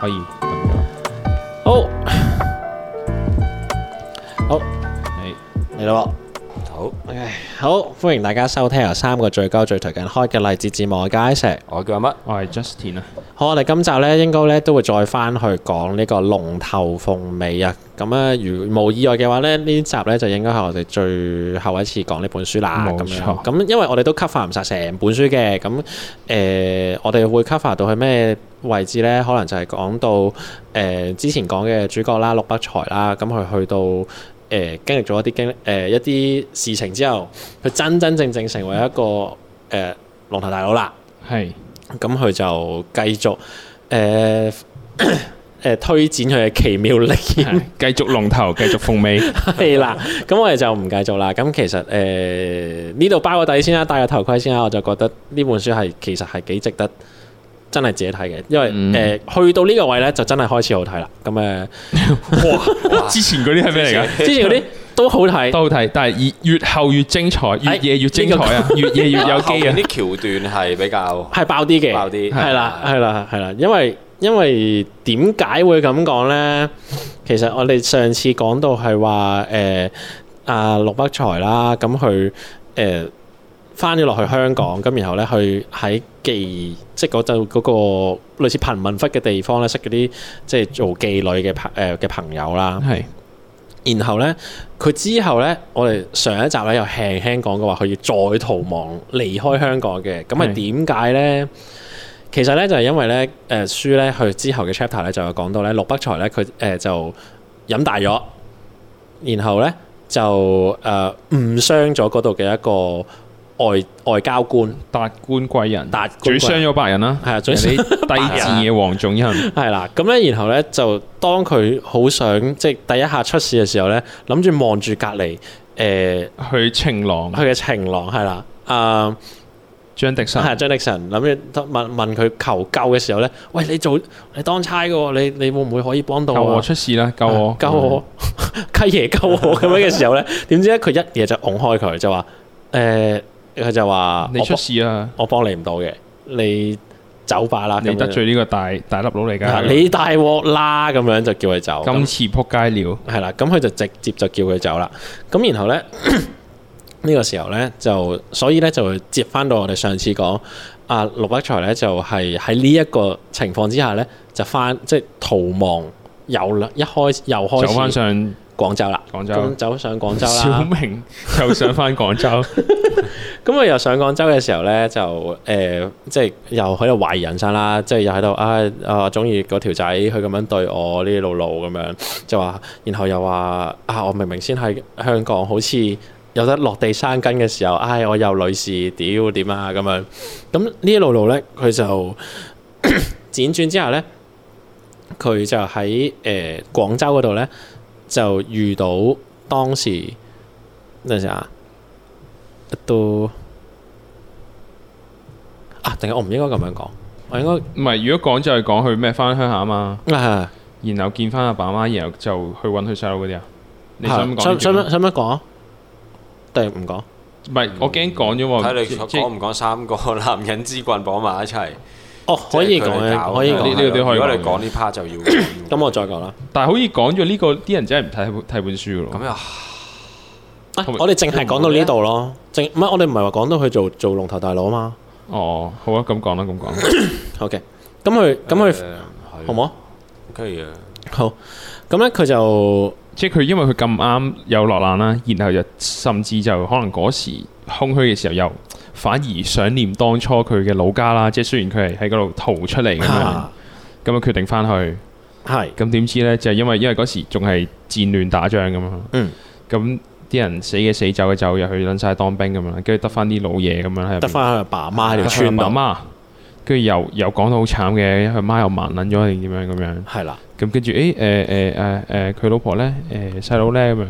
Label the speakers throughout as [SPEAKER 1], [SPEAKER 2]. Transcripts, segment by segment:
[SPEAKER 1] 可以咁樣。好，好，你
[SPEAKER 2] 嚟咯
[SPEAKER 1] 好，
[SPEAKER 2] 好，歡迎大家收聽由三個最高最台近開嘅勵志節目啊嘅街石。
[SPEAKER 3] 我叫阿乜？
[SPEAKER 1] 我係 Justin 啊，
[SPEAKER 2] 好，我哋今集咧應該咧都會再翻去講呢個龍頭鳳尾啊。咁啊，如無意外嘅話咧，呢集咧就應該係我哋最後一次講呢本書啦。
[SPEAKER 1] 冇
[SPEAKER 2] 咁
[SPEAKER 1] 錯
[SPEAKER 2] 樣，咁因為我哋都 cover 唔晒成本書嘅，咁誒、呃我哋會 cover 到去咩位置咧？可能就係講到誒、呃之前講嘅主角啦，陸北才啦，咁佢去到。誒、經歷咗一啲經歷誒、一啲事情之後，佢真真正正成為一個誒、呃、龍頭大佬啦。
[SPEAKER 1] 係
[SPEAKER 2] 咁佢就繼續誒誒、呃 呃推展佢嘅奇妙力
[SPEAKER 1] 係繼續龍 頭，繼續鳳尾，
[SPEAKER 2] 係啦。咁我哋就唔繼續啦。咁其實誒呢度包個底先啦，戴個頭盔先啊啦。我就覺得呢本書係其實係幾值得。真係自己睇嘅，因為誒、
[SPEAKER 1] 嗯
[SPEAKER 2] 呃去到呢個位咧，就真係開始好睇啦。咁誒、呃
[SPEAKER 1] 之前嗰啲係咩嚟㗎？
[SPEAKER 2] 之前嗰啲都好睇，
[SPEAKER 1] 都好睇，但係越越後越精彩，越夜越精彩啊，越夜越有
[SPEAKER 3] 後
[SPEAKER 1] 機
[SPEAKER 3] 面
[SPEAKER 1] 啊！
[SPEAKER 3] 啲橋段係比較
[SPEAKER 2] 係爆啲嘅，
[SPEAKER 3] 爆啲
[SPEAKER 2] 係啦，
[SPEAKER 3] 係
[SPEAKER 2] 係啦，係啦，因為因為點解會咁講咧？其實我哋上次講到係話誒啊陸北才啦，咁佢誒翻咗落去香
[SPEAKER 3] 嗯
[SPEAKER 2] 港，咁然後咧佢喺妓即係嗰度嗰個類似貧民窟嘅地方咧，識嗰啲即係做妓女嘅朋誒嘅朋友啦。
[SPEAKER 1] 係
[SPEAKER 2] 然後咧，佢之後咧，我哋上一集咧又輕輕講過話，佢要再逃亡離開香港嘅。咁係點解咧？其實咧就係、因為咧，誒、書咧佢之後嘅 chapter 咧就有講到咧，陸北才咧佢誒就飲大咗，然後咧就誒誤傷咗嗰度嘅一個外外交官，
[SPEAKER 1] 達官貴人，
[SPEAKER 2] 達
[SPEAKER 1] 嘴
[SPEAKER 2] 官貴人
[SPEAKER 1] 傷咗白人啦，
[SPEAKER 2] 係啊嘴傷
[SPEAKER 1] 人哋低賤嘅黃種人，
[SPEAKER 2] 係啦。咁咧然後咧就當佢好想即係第一下出事嘅時候咧，諗住望住隔離誒
[SPEAKER 1] 去情郎，
[SPEAKER 2] 佢嘅情郎係啦，誒、
[SPEAKER 1] 張迪生
[SPEAKER 2] 係張力神諗住問問佢求救嘅時候咧，喂你做你當差嘅喎，你你會唔會可以幫到
[SPEAKER 1] 救
[SPEAKER 2] 我
[SPEAKER 1] 我
[SPEAKER 2] 啊？
[SPEAKER 1] 出事啦！救我！嗯
[SPEAKER 2] 救我！ 契爺救我咁樣嘅時候咧，點知咧佢一嘢就拱開佢，就話誒佢就話
[SPEAKER 1] 你
[SPEAKER 2] 我
[SPEAKER 1] 出
[SPEAKER 2] 幫
[SPEAKER 1] 事啦！
[SPEAKER 2] 我幫你唔到嘅，你走吧啦，
[SPEAKER 1] 你
[SPEAKER 2] 咁樣
[SPEAKER 1] 得罪呢個大大粒佬嚟
[SPEAKER 2] 啊
[SPEAKER 1] 㗎，
[SPEAKER 2] 你大鑊啦，咁樣就叫佢走。
[SPEAKER 1] 今次撲街了，
[SPEAKER 2] 係啦，咁佢就直接就叫佢走啦。咁然後咧 呢個時候咧就，所以咧就會接翻到我哋上次講啊，陸北才咧就係喺呢一個情況之下咧，就翻即係逃亡，又啦一開又
[SPEAKER 1] 走翻
[SPEAKER 2] 開始
[SPEAKER 1] 上
[SPEAKER 2] 廣州啦，
[SPEAKER 1] 廣州
[SPEAKER 2] 咁走上廣州
[SPEAKER 1] 小
[SPEAKER 2] 啦。
[SPEAKER 1] 明又上翻廣州，
[SPEAKER 2] 咁佢又上廣州嘅時候咧，就誒、呃即係又喺度懷疑人生啦，即係又喺度啊啊，中意嗰條仔，佢咁樣對我呢啲路路咁樣，就話，然後又話啊，我明明先喺香港，好似有得落地生根嘅時候，唉、我又女士，屌點啊咁樣，咁呢一路路咧，佢就輾轉之下咧，佢就喺誒、呃、廣州嗰度咧，就遇到當時等陣先啊，都啊，定係我唔應該咁樣講，我應
[SPEAKER 1] 唔係如果講就係講佢咩翻鄉下啊嘛，
[SPEAKER 2] 該啊，
[SPEAKER 1] 然後見翻阿爸媽，然後就去揾佢細佬嗰啲啊。你想唔
[SPEAKER 2] 係想
[SPEAKER 1] 講？
[SPEAKER 2] 想唔想唔想講啊？定唔講？
[SPEAKER 1] 唔係我驚講咗喎，
[SPEAKER 3] 睇你
[SPEAKER 1] 即
[SPEAKER 3] 講唔講三個男人之棍綁埋一齊，
[SPEAKER 2] 哦，可以
[SPEAKER 3] 即係
[SPEAKER 2] 講
[SPEAKER 3] 佢哋搞
[SPEAKER 2] 嘅，可
[SPEAKER 1] 呢呢
[SPEAKER 2] 以講嘅。
[SPEAKER 3] 係咯
[SPEAKER 1] 個都可以
[SPEAKER 3] 如果你
[SPEAKER 1] 講
[SPEAKER 3] 講呢 part 就要講
[SPEAKER 2] 咁我再講啦。
[SPEAKER 1] 但係好似講咗呢個，啲人真係唔睇本睇本書㗎咯。
[SPEAKER 3] 咁又
[SPEAKER 2] 啊
[SPEAKER 1] 同埋
[SPEAKER 2] 我哋淨係講到呢度咯，淨唔係我哋唔係話講到佢做做龍頭大佬啊嘛。
[SPEAKER 1] 哦，好啊，咁講啦，咁講。
[SPEAKER 2] 好嘅，咁佢咁佢好
[SPEAKER 3] 好
[SPEAKER 2] 冇？
[SPEAKER 3] ？OK 啊，
[SPEAKER 2] 好，咁咧佢就
[SPEAKER 1] 即係佢因為佢咁啱有落難啦，然後就甚至就可能嗰時空虛嘅時候，又反而想念當初佢嘅老家啦。即係雖然佢係喺嗰度逃出嚟咁樣，咁啊
[SPEAKER 2] 啊
[SPEAKER 1] 決定翻去。
[SPEAKER 2] 係
[SPEAKER 1] 咁點知呢？就係因為因為嗰時仲係戰亂打仗咁嘛，
[SPEAKER 2] 嗯
[SPEAKER 1] 咁啲人死嘅死，走嘅走，入去撚晒當兵咁樣，跟住得翻啲老嘢咁樣喺入邊
[SPEAKER 2] 得翻佢阿爸媽喺條村度
[SPEAKER 1] 阿，媽，跟住又又講到好慘嘅，佢媽又盲撚咗定點樣咁樣，
[SPEAKER 2] 係啦，
[SPEAKER 1] 咁跟住誒誒誒誒佢老婆咧誒細佬咧咁樣，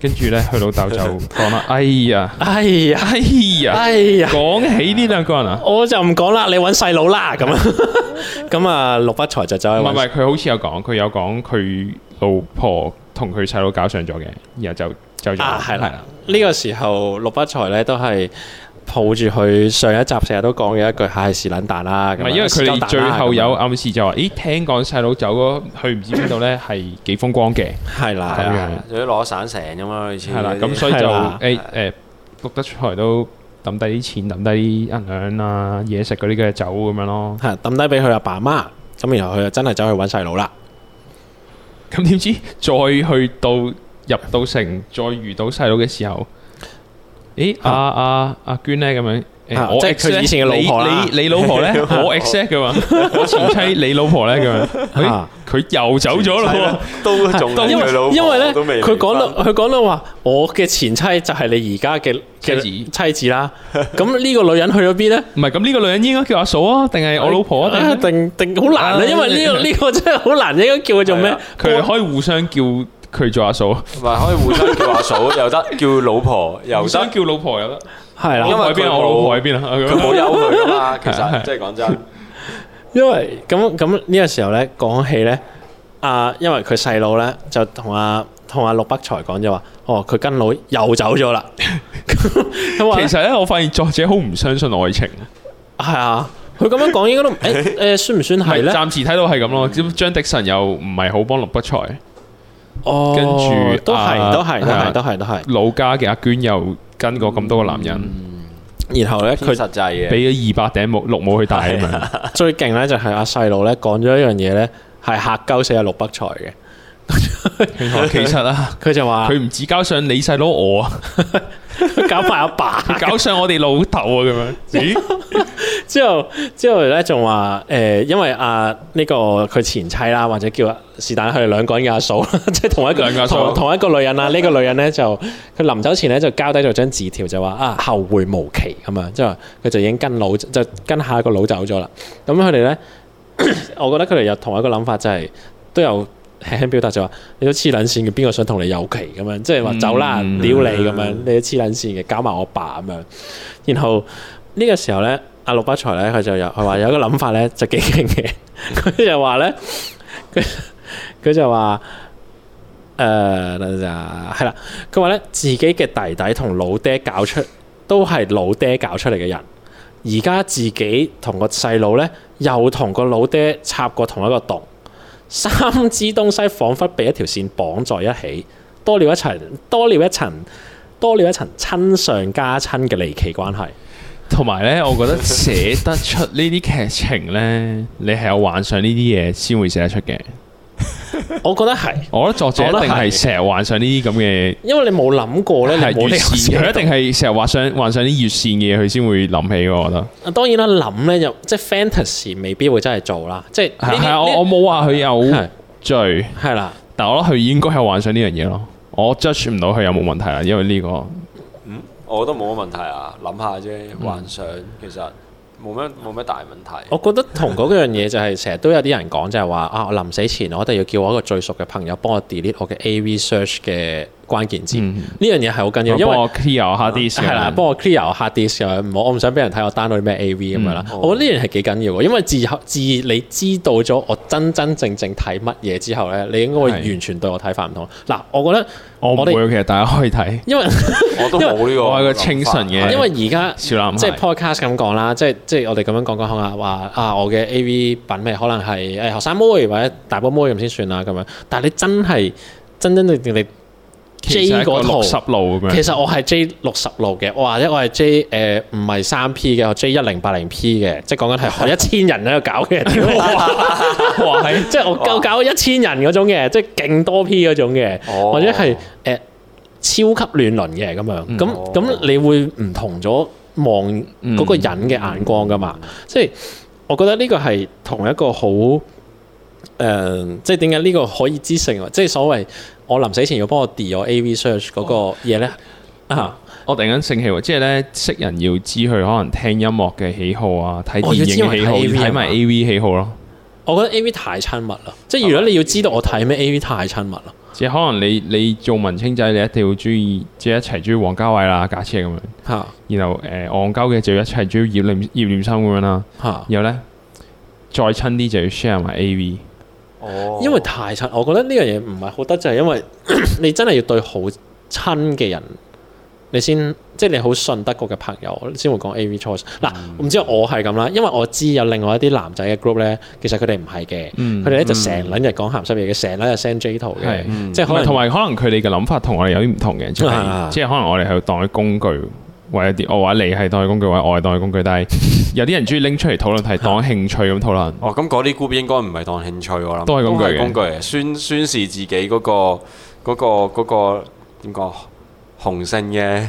[SPEAKER 1] 跟住咧佢老豆就講啦，哎呀
[SPEAKER 2] 哎呀，
[SPEAKER 1] 哎呀，
[SPEAKER 2] 哎呀。
[SPEAKER 1] 講起呢兩個人啊，
[SPEAKER 2] 我就唔講啦，你揾細佬啦 咁樣，咁啊陸不才就走
[SPEAKER 1] 唔
[SPEAKER 2] 去
[SPEAKER 1] 係唔
[SPEAKER 2] 揾
[SPEAKER 1] 係佢好似有講，佢有講佢老婆同佢細佬搞上咗嘅，然後就走咗，
[SPEAKER 2] 啊係啦
[SPEAKER 1] 啦，
[SPEAKER 2] 呢個時候陸不才咧都係抱住佢上一集成日都講嘅一句，唉是撚蛋啦。咁啊
[SPEAKER 1] 唔
[SPEAKER 2] 樣
[SPEAKER 1] 係因為佢
[SPEAKER 2] 是
[SPEAKER 1] 哋
[SPEAKER 2] 鳩
[SPEAKER 1] 最
[SPEAKER 2] 蛋啦
[SPEAKER 1] 後
[SPEAKER 2] 咁樣
[SPEAKER 1] 有暗示就話，咦聽講細佬走咗去唔知邊度咧，係幾風光嘅，
[SPEAKER 2] 係啦，
[SPEAKER 1] 咁
[SPEAKER 2] 係
[SPEAKER 1] 樣
[SPEAKER 2] 啦
[SPEAKER 3] 有啲攞散成咁嘛，類似
[SPEAKER 1] 係啦，
[SPEAKER 3] 嗰啲
[SPEAKER 1] 咁所以就
[SPEAKER 2] 係啦
[SPEAKER 1] 誒誒錄得出嚟都抌低啲錢，抌低啲銀兩啊、嘢食嗰啲嘅酒咁樣咯。
[SPEAKER 2] 係抌低俾佢阿爸媽，咁然後佢就真係走去揾細佬啦。
[SPEAKER 1] 咁點知再去到入到城，再遇到細佬嘅時候，咦阿阿阿娟咧咁樣。誒
[SPEAKER 2] 啊
[SPEAKER 1] 我
[SPEAKER 2] 即係
[SPEAKER 1] ex
[SPEAKER 2] 佢
[SPEAKER 1] 呢
[SPEAKER 2] 以前嘅老婆啦
[SPEAKER 1] 你你你老 婆咧，我 ex 咧咁啊，我前妻你老婆咧咁啊，
[SPEAKER 2] 啊
[SPEAKER 1] 誒佢又走咗咯喎，
[SPEAKER 3] 都 仲
[SPEAKER 2] 因為
[SPEAKER 3] 佢老
[SPEAKER 2] 因為咧，
[SPEAKER 3] 都未
[SPEAKER 2] 佢講
[SPEAKER 3] 離
[SPEAKER 2] 到
[SPEAKER 3] 婚
[SPEAKER 2] 佢講到話，我嘅前妻就係你而家嘅嘅
[SPEAKER 1] 妻
[SPEAKER 2] 妻子啦。咁呢個女人去咗邊咧？
[SPEAKER 1] 唔係咁呢個女人應該叫阿嫂啊，定係我老婆啊？定
[SPEAKER 2] 啊
[SPEAKER 1] 係
[SPEAKER 2] 定定好難啊，
[SPEAKER 1] 啊
[SPEAKER 2] 因為呢 個呢個真係好難，應該叫佢做
[SPEAKER 3] 係
[SPEAKER 2] 咩
[SPEAKER 3] 啊？
[SPEAKER 1] 佢哋可以互相叫佢做阿嫂，
[SPEAKER 3] 唔係可以互相叫阿嫂又得，叫老婆又
[SPEAKER 1] 互相
[SPEAKER 3] 得，
[SPEAKER 1] 叫老婆又得。
[SPEAKER 2] 係啦
[SPEAKER 1] 我
[SPEAKER 3] 因
[SPEAKER 1] 老。
[SPEAKER 3] 為
[SPEAKER 1] 婆喺邊啊？
[SPEAKER 3] 佢冇
[SPEAKER 1] 我老婆喺邊啊？咁
[SPEAKER 3] 佢冇休佢噶嘛。其
[SPEAKER 1] 係係
[SPEAKER 3] 實即係講真，
[SPEAKER 2] 因為咁咁呢個時候咧，講起咧，啊，因為佢細佬咧就同阿同阿陸北才講就話，哦，佢跟佬又走咗啦。 咁
[SPEAKER 1] 樣
[SPEAKER 2] 話
[SPEAKER 1] 其實咧，我發現作者好唔相信愛情，
[SPEAKER 2] 係啊，佢咁樣講應該都唔 誒誒算唔算係
[SPEAKER 1] 係
[SPEAKER 2] 咧？
[SPEAKER 1] 暫時睇到係咁咯。咁張迪神又唔係好幫陸不才，
[SPEAKER 2] 哦，
[SPEAKER 1] 跟住
[SPEAKER 2] 都係
[SPEAKER 1] 啊
[SPEAKER 2] 都係都
[SPEAKER 1] 係
[SPEAKER 2] 係
[SPEAKER 1] 啊
[SPEAKER 2] 都係都係。
[SPEAKER 1] 老家嘅阿娟又跟過咁多個男人，
[SPEAKER 2] 然後咧，
[SPEAKER 3] 佢
[SPEAKER 2] 佢
[SPEAKER 3] 實際嘅。
[SPEAKER 1] 俾咗二百頂木綠帽去戴咁樣。
[SPEAKER 2] 最勁咧就係阿細佬咧講咗一樣嘢咧，係嚇鳩死阿陸北才嘅。
[SPEAKER 1] 佢話其實啊，
[SPEAKER 2] 佢就話
[SPEAKER 1] 佢唔止交上你細佬我啊，
[SPEAKER 2] 佢 搞埋阿爸，
[SPEAKER 1] 佢搞上我哋老豆啊咁樣。咦？
[SPEAKER 2] 之後之後咧仲話誒，因為啊呢、個佢前妻啦，或者叫啊是但佢哋兩個人嘅阿嫂啦， 即係同一個
[SPEAKER 1] 兩個阿嫂
[SPEAKER 2] 同同一個女人啦。呢、個女人咧就佢臨走前咧就交低咗張字條，就話啊後會無期咁樣，即係話佢就已經跟佬就跟下一個佬走咗啦。咁佢哋咧， 我覺得佢哋有同一個諗法，就係、都有。輕輕表達就話你都黐撚線嘅，邊個想同你有期咁樣？即係話走啦，
[SPEAKER 1] 嗯
[SPEAKER 2] 屌你咁樣，你都黐撚線嘅，搞埋我爸咁樣。然後呢個時候咧，阿陸北才咧，佢就有佢話有一個諗法咧，就幾勁嘅。佢就話咧，佢佢就話誒等陣先啊係啦，佢話咧自己嘅弟弟同老爹搞出都係老爹搞出嚟嘅人，而家自己同個細佬咧又同個老爹插過同一個洞，三支東西彷彿被一條線綁在一起，多了一層，多了一層，多了一層親上加親嘅離奇關係。
[SPEAKER 1] 同埋咧，我覺得寫得出呢啲劇情咧，你係有幻想呢啲嘢先會寫得出嘅。
[SPEAKER 2] 我覺得係，
[SPEAKER 1] 我覺得作者一定係成日幻想呢啲咁嘅，
[SPEAKER 2] 因為你冇諗過咧，你
[SPEAKER 1] 係
[SPEAKER 2] 冇
[SPEAKER 1] 越
[SPEAKER 2] 理
[SPEAKER 1] 線，佢
[SPEAKER 2] 由
[SPEAKER 1] 一定係成日幻想幻想啲越線嘅嘢，佢先會諗起。我覺得
[SPEAKER 2] 啊當然啦，諗咧就即係 fantasy 未必會真係做啦，即係呢
[SPEAKER 1] 係
[SPEAKER 2] 啲
[SPEAKER 1] 係我我
[SPEAKER 2] 呢
[SPEAKER 1] 冇話佢有
[SPEAKER 2] 係
[SPEAKER 1] 罪，
[SPEAKER 2] 係啦，
[SPEAKER 1] 但我覺得佢應該係幻想呢樣嘢咯。我 judge 唔到佢有冇問題啦，因為呢個
[SPEAKER 3] 我覺得冇乜問題啊，諗下啫，幻想其實冇乜冇乜大問題。
[SPEAKER 2] 我覺得同嗰樣嘢就係成日都有啲人講就係話啊，我臨死前我一定要叫我一個最熟嘅朋友幫我 delete 我嘅 AV search 嘅關鍵字，呢
[SPEAKER 1] 嗯
[SPEAKER 2] 樣嘢係好緊要，因
[SPEAKER 1] 幫
[SPEAKER 2] 為
[SPEAKER 1] 我 clear 下啲先
[SPEAKER 2] 係啦，幫我 clear 下 disk 咁樣，唔好我唔想俾人睇我 download 啲咩 AV 咁樣啦。
[SPEAKER 1] 哦
[SPEAKER 3] 嗯
[SPEAKER 2] 我覺得呢樣係幾緊要嘅，因為自後自你知道咗我真真正正睇乜嘢之後咧，你應該會
[SPEAKER 1] 係
[SPEAKER 2] 完全對我睇法唔同。嗱，我覺得
[SPEAKER 1] 我唔
[SPEAKER 2] 我哋
[SPEAKER 1] 會，其實大家可以睇
[SPEAKER 2] 因為
[SPEAKER 3] 我都冇呢個，
[SPEAKER 1] 我係個清純嘅
[SPEAKER 2] 因為而家。
[SPEAKER 1] 小男
[SPEAKER 2] 即係
[SPEAKER 1] 孩。
[SPEAKER 2] podcast 咁講啦，即係即係我哋咁樣講講下話啊，我嘅 AV 品味可能係誒學生妹或者大波妹咁先算啦咁樣。但係你真係真真正正你 J
[SPEAKER 1] 其實係一個
[SPEAKER 2] 嗰套
[SPEAKER 1] 六十路咁樣
[SPEAKER 2] 其。實我係 J 六十路嘅，我或者我係 J 誒唔係三 P 嘅，我 J 一零八零 P 嘅，即係講緊 係一千人喺度搞嘅，屌你
[SPEAKER 1] 哇，係
[SPEAKER 2] 即係我夠搞一千人嗰種嘅，即係勁多 P 嗰種嘅，
[SPEAKER 3] 哦
[SPEAKER 2] 或者係誒、呃超級亂倫嘅咁樣，咁咁、你會唔同咗望嗰個人嘅眼光噶嘛？即係我覺得呢個係同一個好誒、呃即係點解呢個可以知性啊？即係所謂我臨死前要幫我 d 我 AV search 嗰個嘢咧啊！
[SPEAKER 1] 我突然間醒起喎，即係咧識人要知佢可能聽音樂嘅喜好啊，睇
[SPEAKER 2] 哦
[SPEAKER 1] 電影嘅喜好，
[SPEAKER 2] 要知埋睇 AV
[SPEAKER 1] 睇埋 A V 喜好咯。
[SPEAKER 2] 我覺得 A.V. 太親密啦，即係如果你要知道我睇咩 A.V. 太親密啦，
[SPEAKER 1] 即係可能你你做文青仔，你一定要中意，即係一齊中意王家衞啦，假設係咁樣。
[SPEAKER 2] 嚇
[SPEAKER 1] 然後誒戇鳩嘅就要一齊中意葉念葉念琛咁樣啦。
[SPEAKER 2] 嚇，
[SPEAKER 1] 然後咧再親啲就要 share 埋 A V。
[SPEAKER 3] 哦
[SPEAKER 2] 因為太親， 我覺得呢樣嘢唔係好得，就係因為你真係要對好親嘅人你先即係你好信德國嘅朋友先會講 A.V. choice。嗱，
[SPEAKER 1] 嗯
[SPEAKER 2] 唔知我係咁啦，因為我知有另外一啲男仔嘅 group 咧，其實佢哋唔係嘅，
[SPEAKER 1] 嗯
[SPEAKER 2] 佢哋咧就成撚日講鹹濕嘢嘅，成撚日 send J 圖嘅
[SPEAKER 1] 係，
[SPEAKER 2] 即係可
[SPEAKER 1] 唔係
[SPEAKER 2] 能
[SPEAKER 1] 同埋可能佢哋嘅諗法同我哋有啲唔同嘅，即
[SPEAKER 2] 啊
[SPEAKER 1] 係即係可能我哋係當佢工具。或者 啲，我話你係當佢工具，或者我係當佢工具，但係有啲人中意拎出嚟討論，係當興趣咁討論。
[SPEAKER 3] 哦，咁嗰啲 group 應該唔係當興趣我諗，
[SPEAKER 1] 都係工具嘅
[SPEAKER 3] 工具嚟，宣宣示自己嗰個嗰個嗰個點講雄性嘅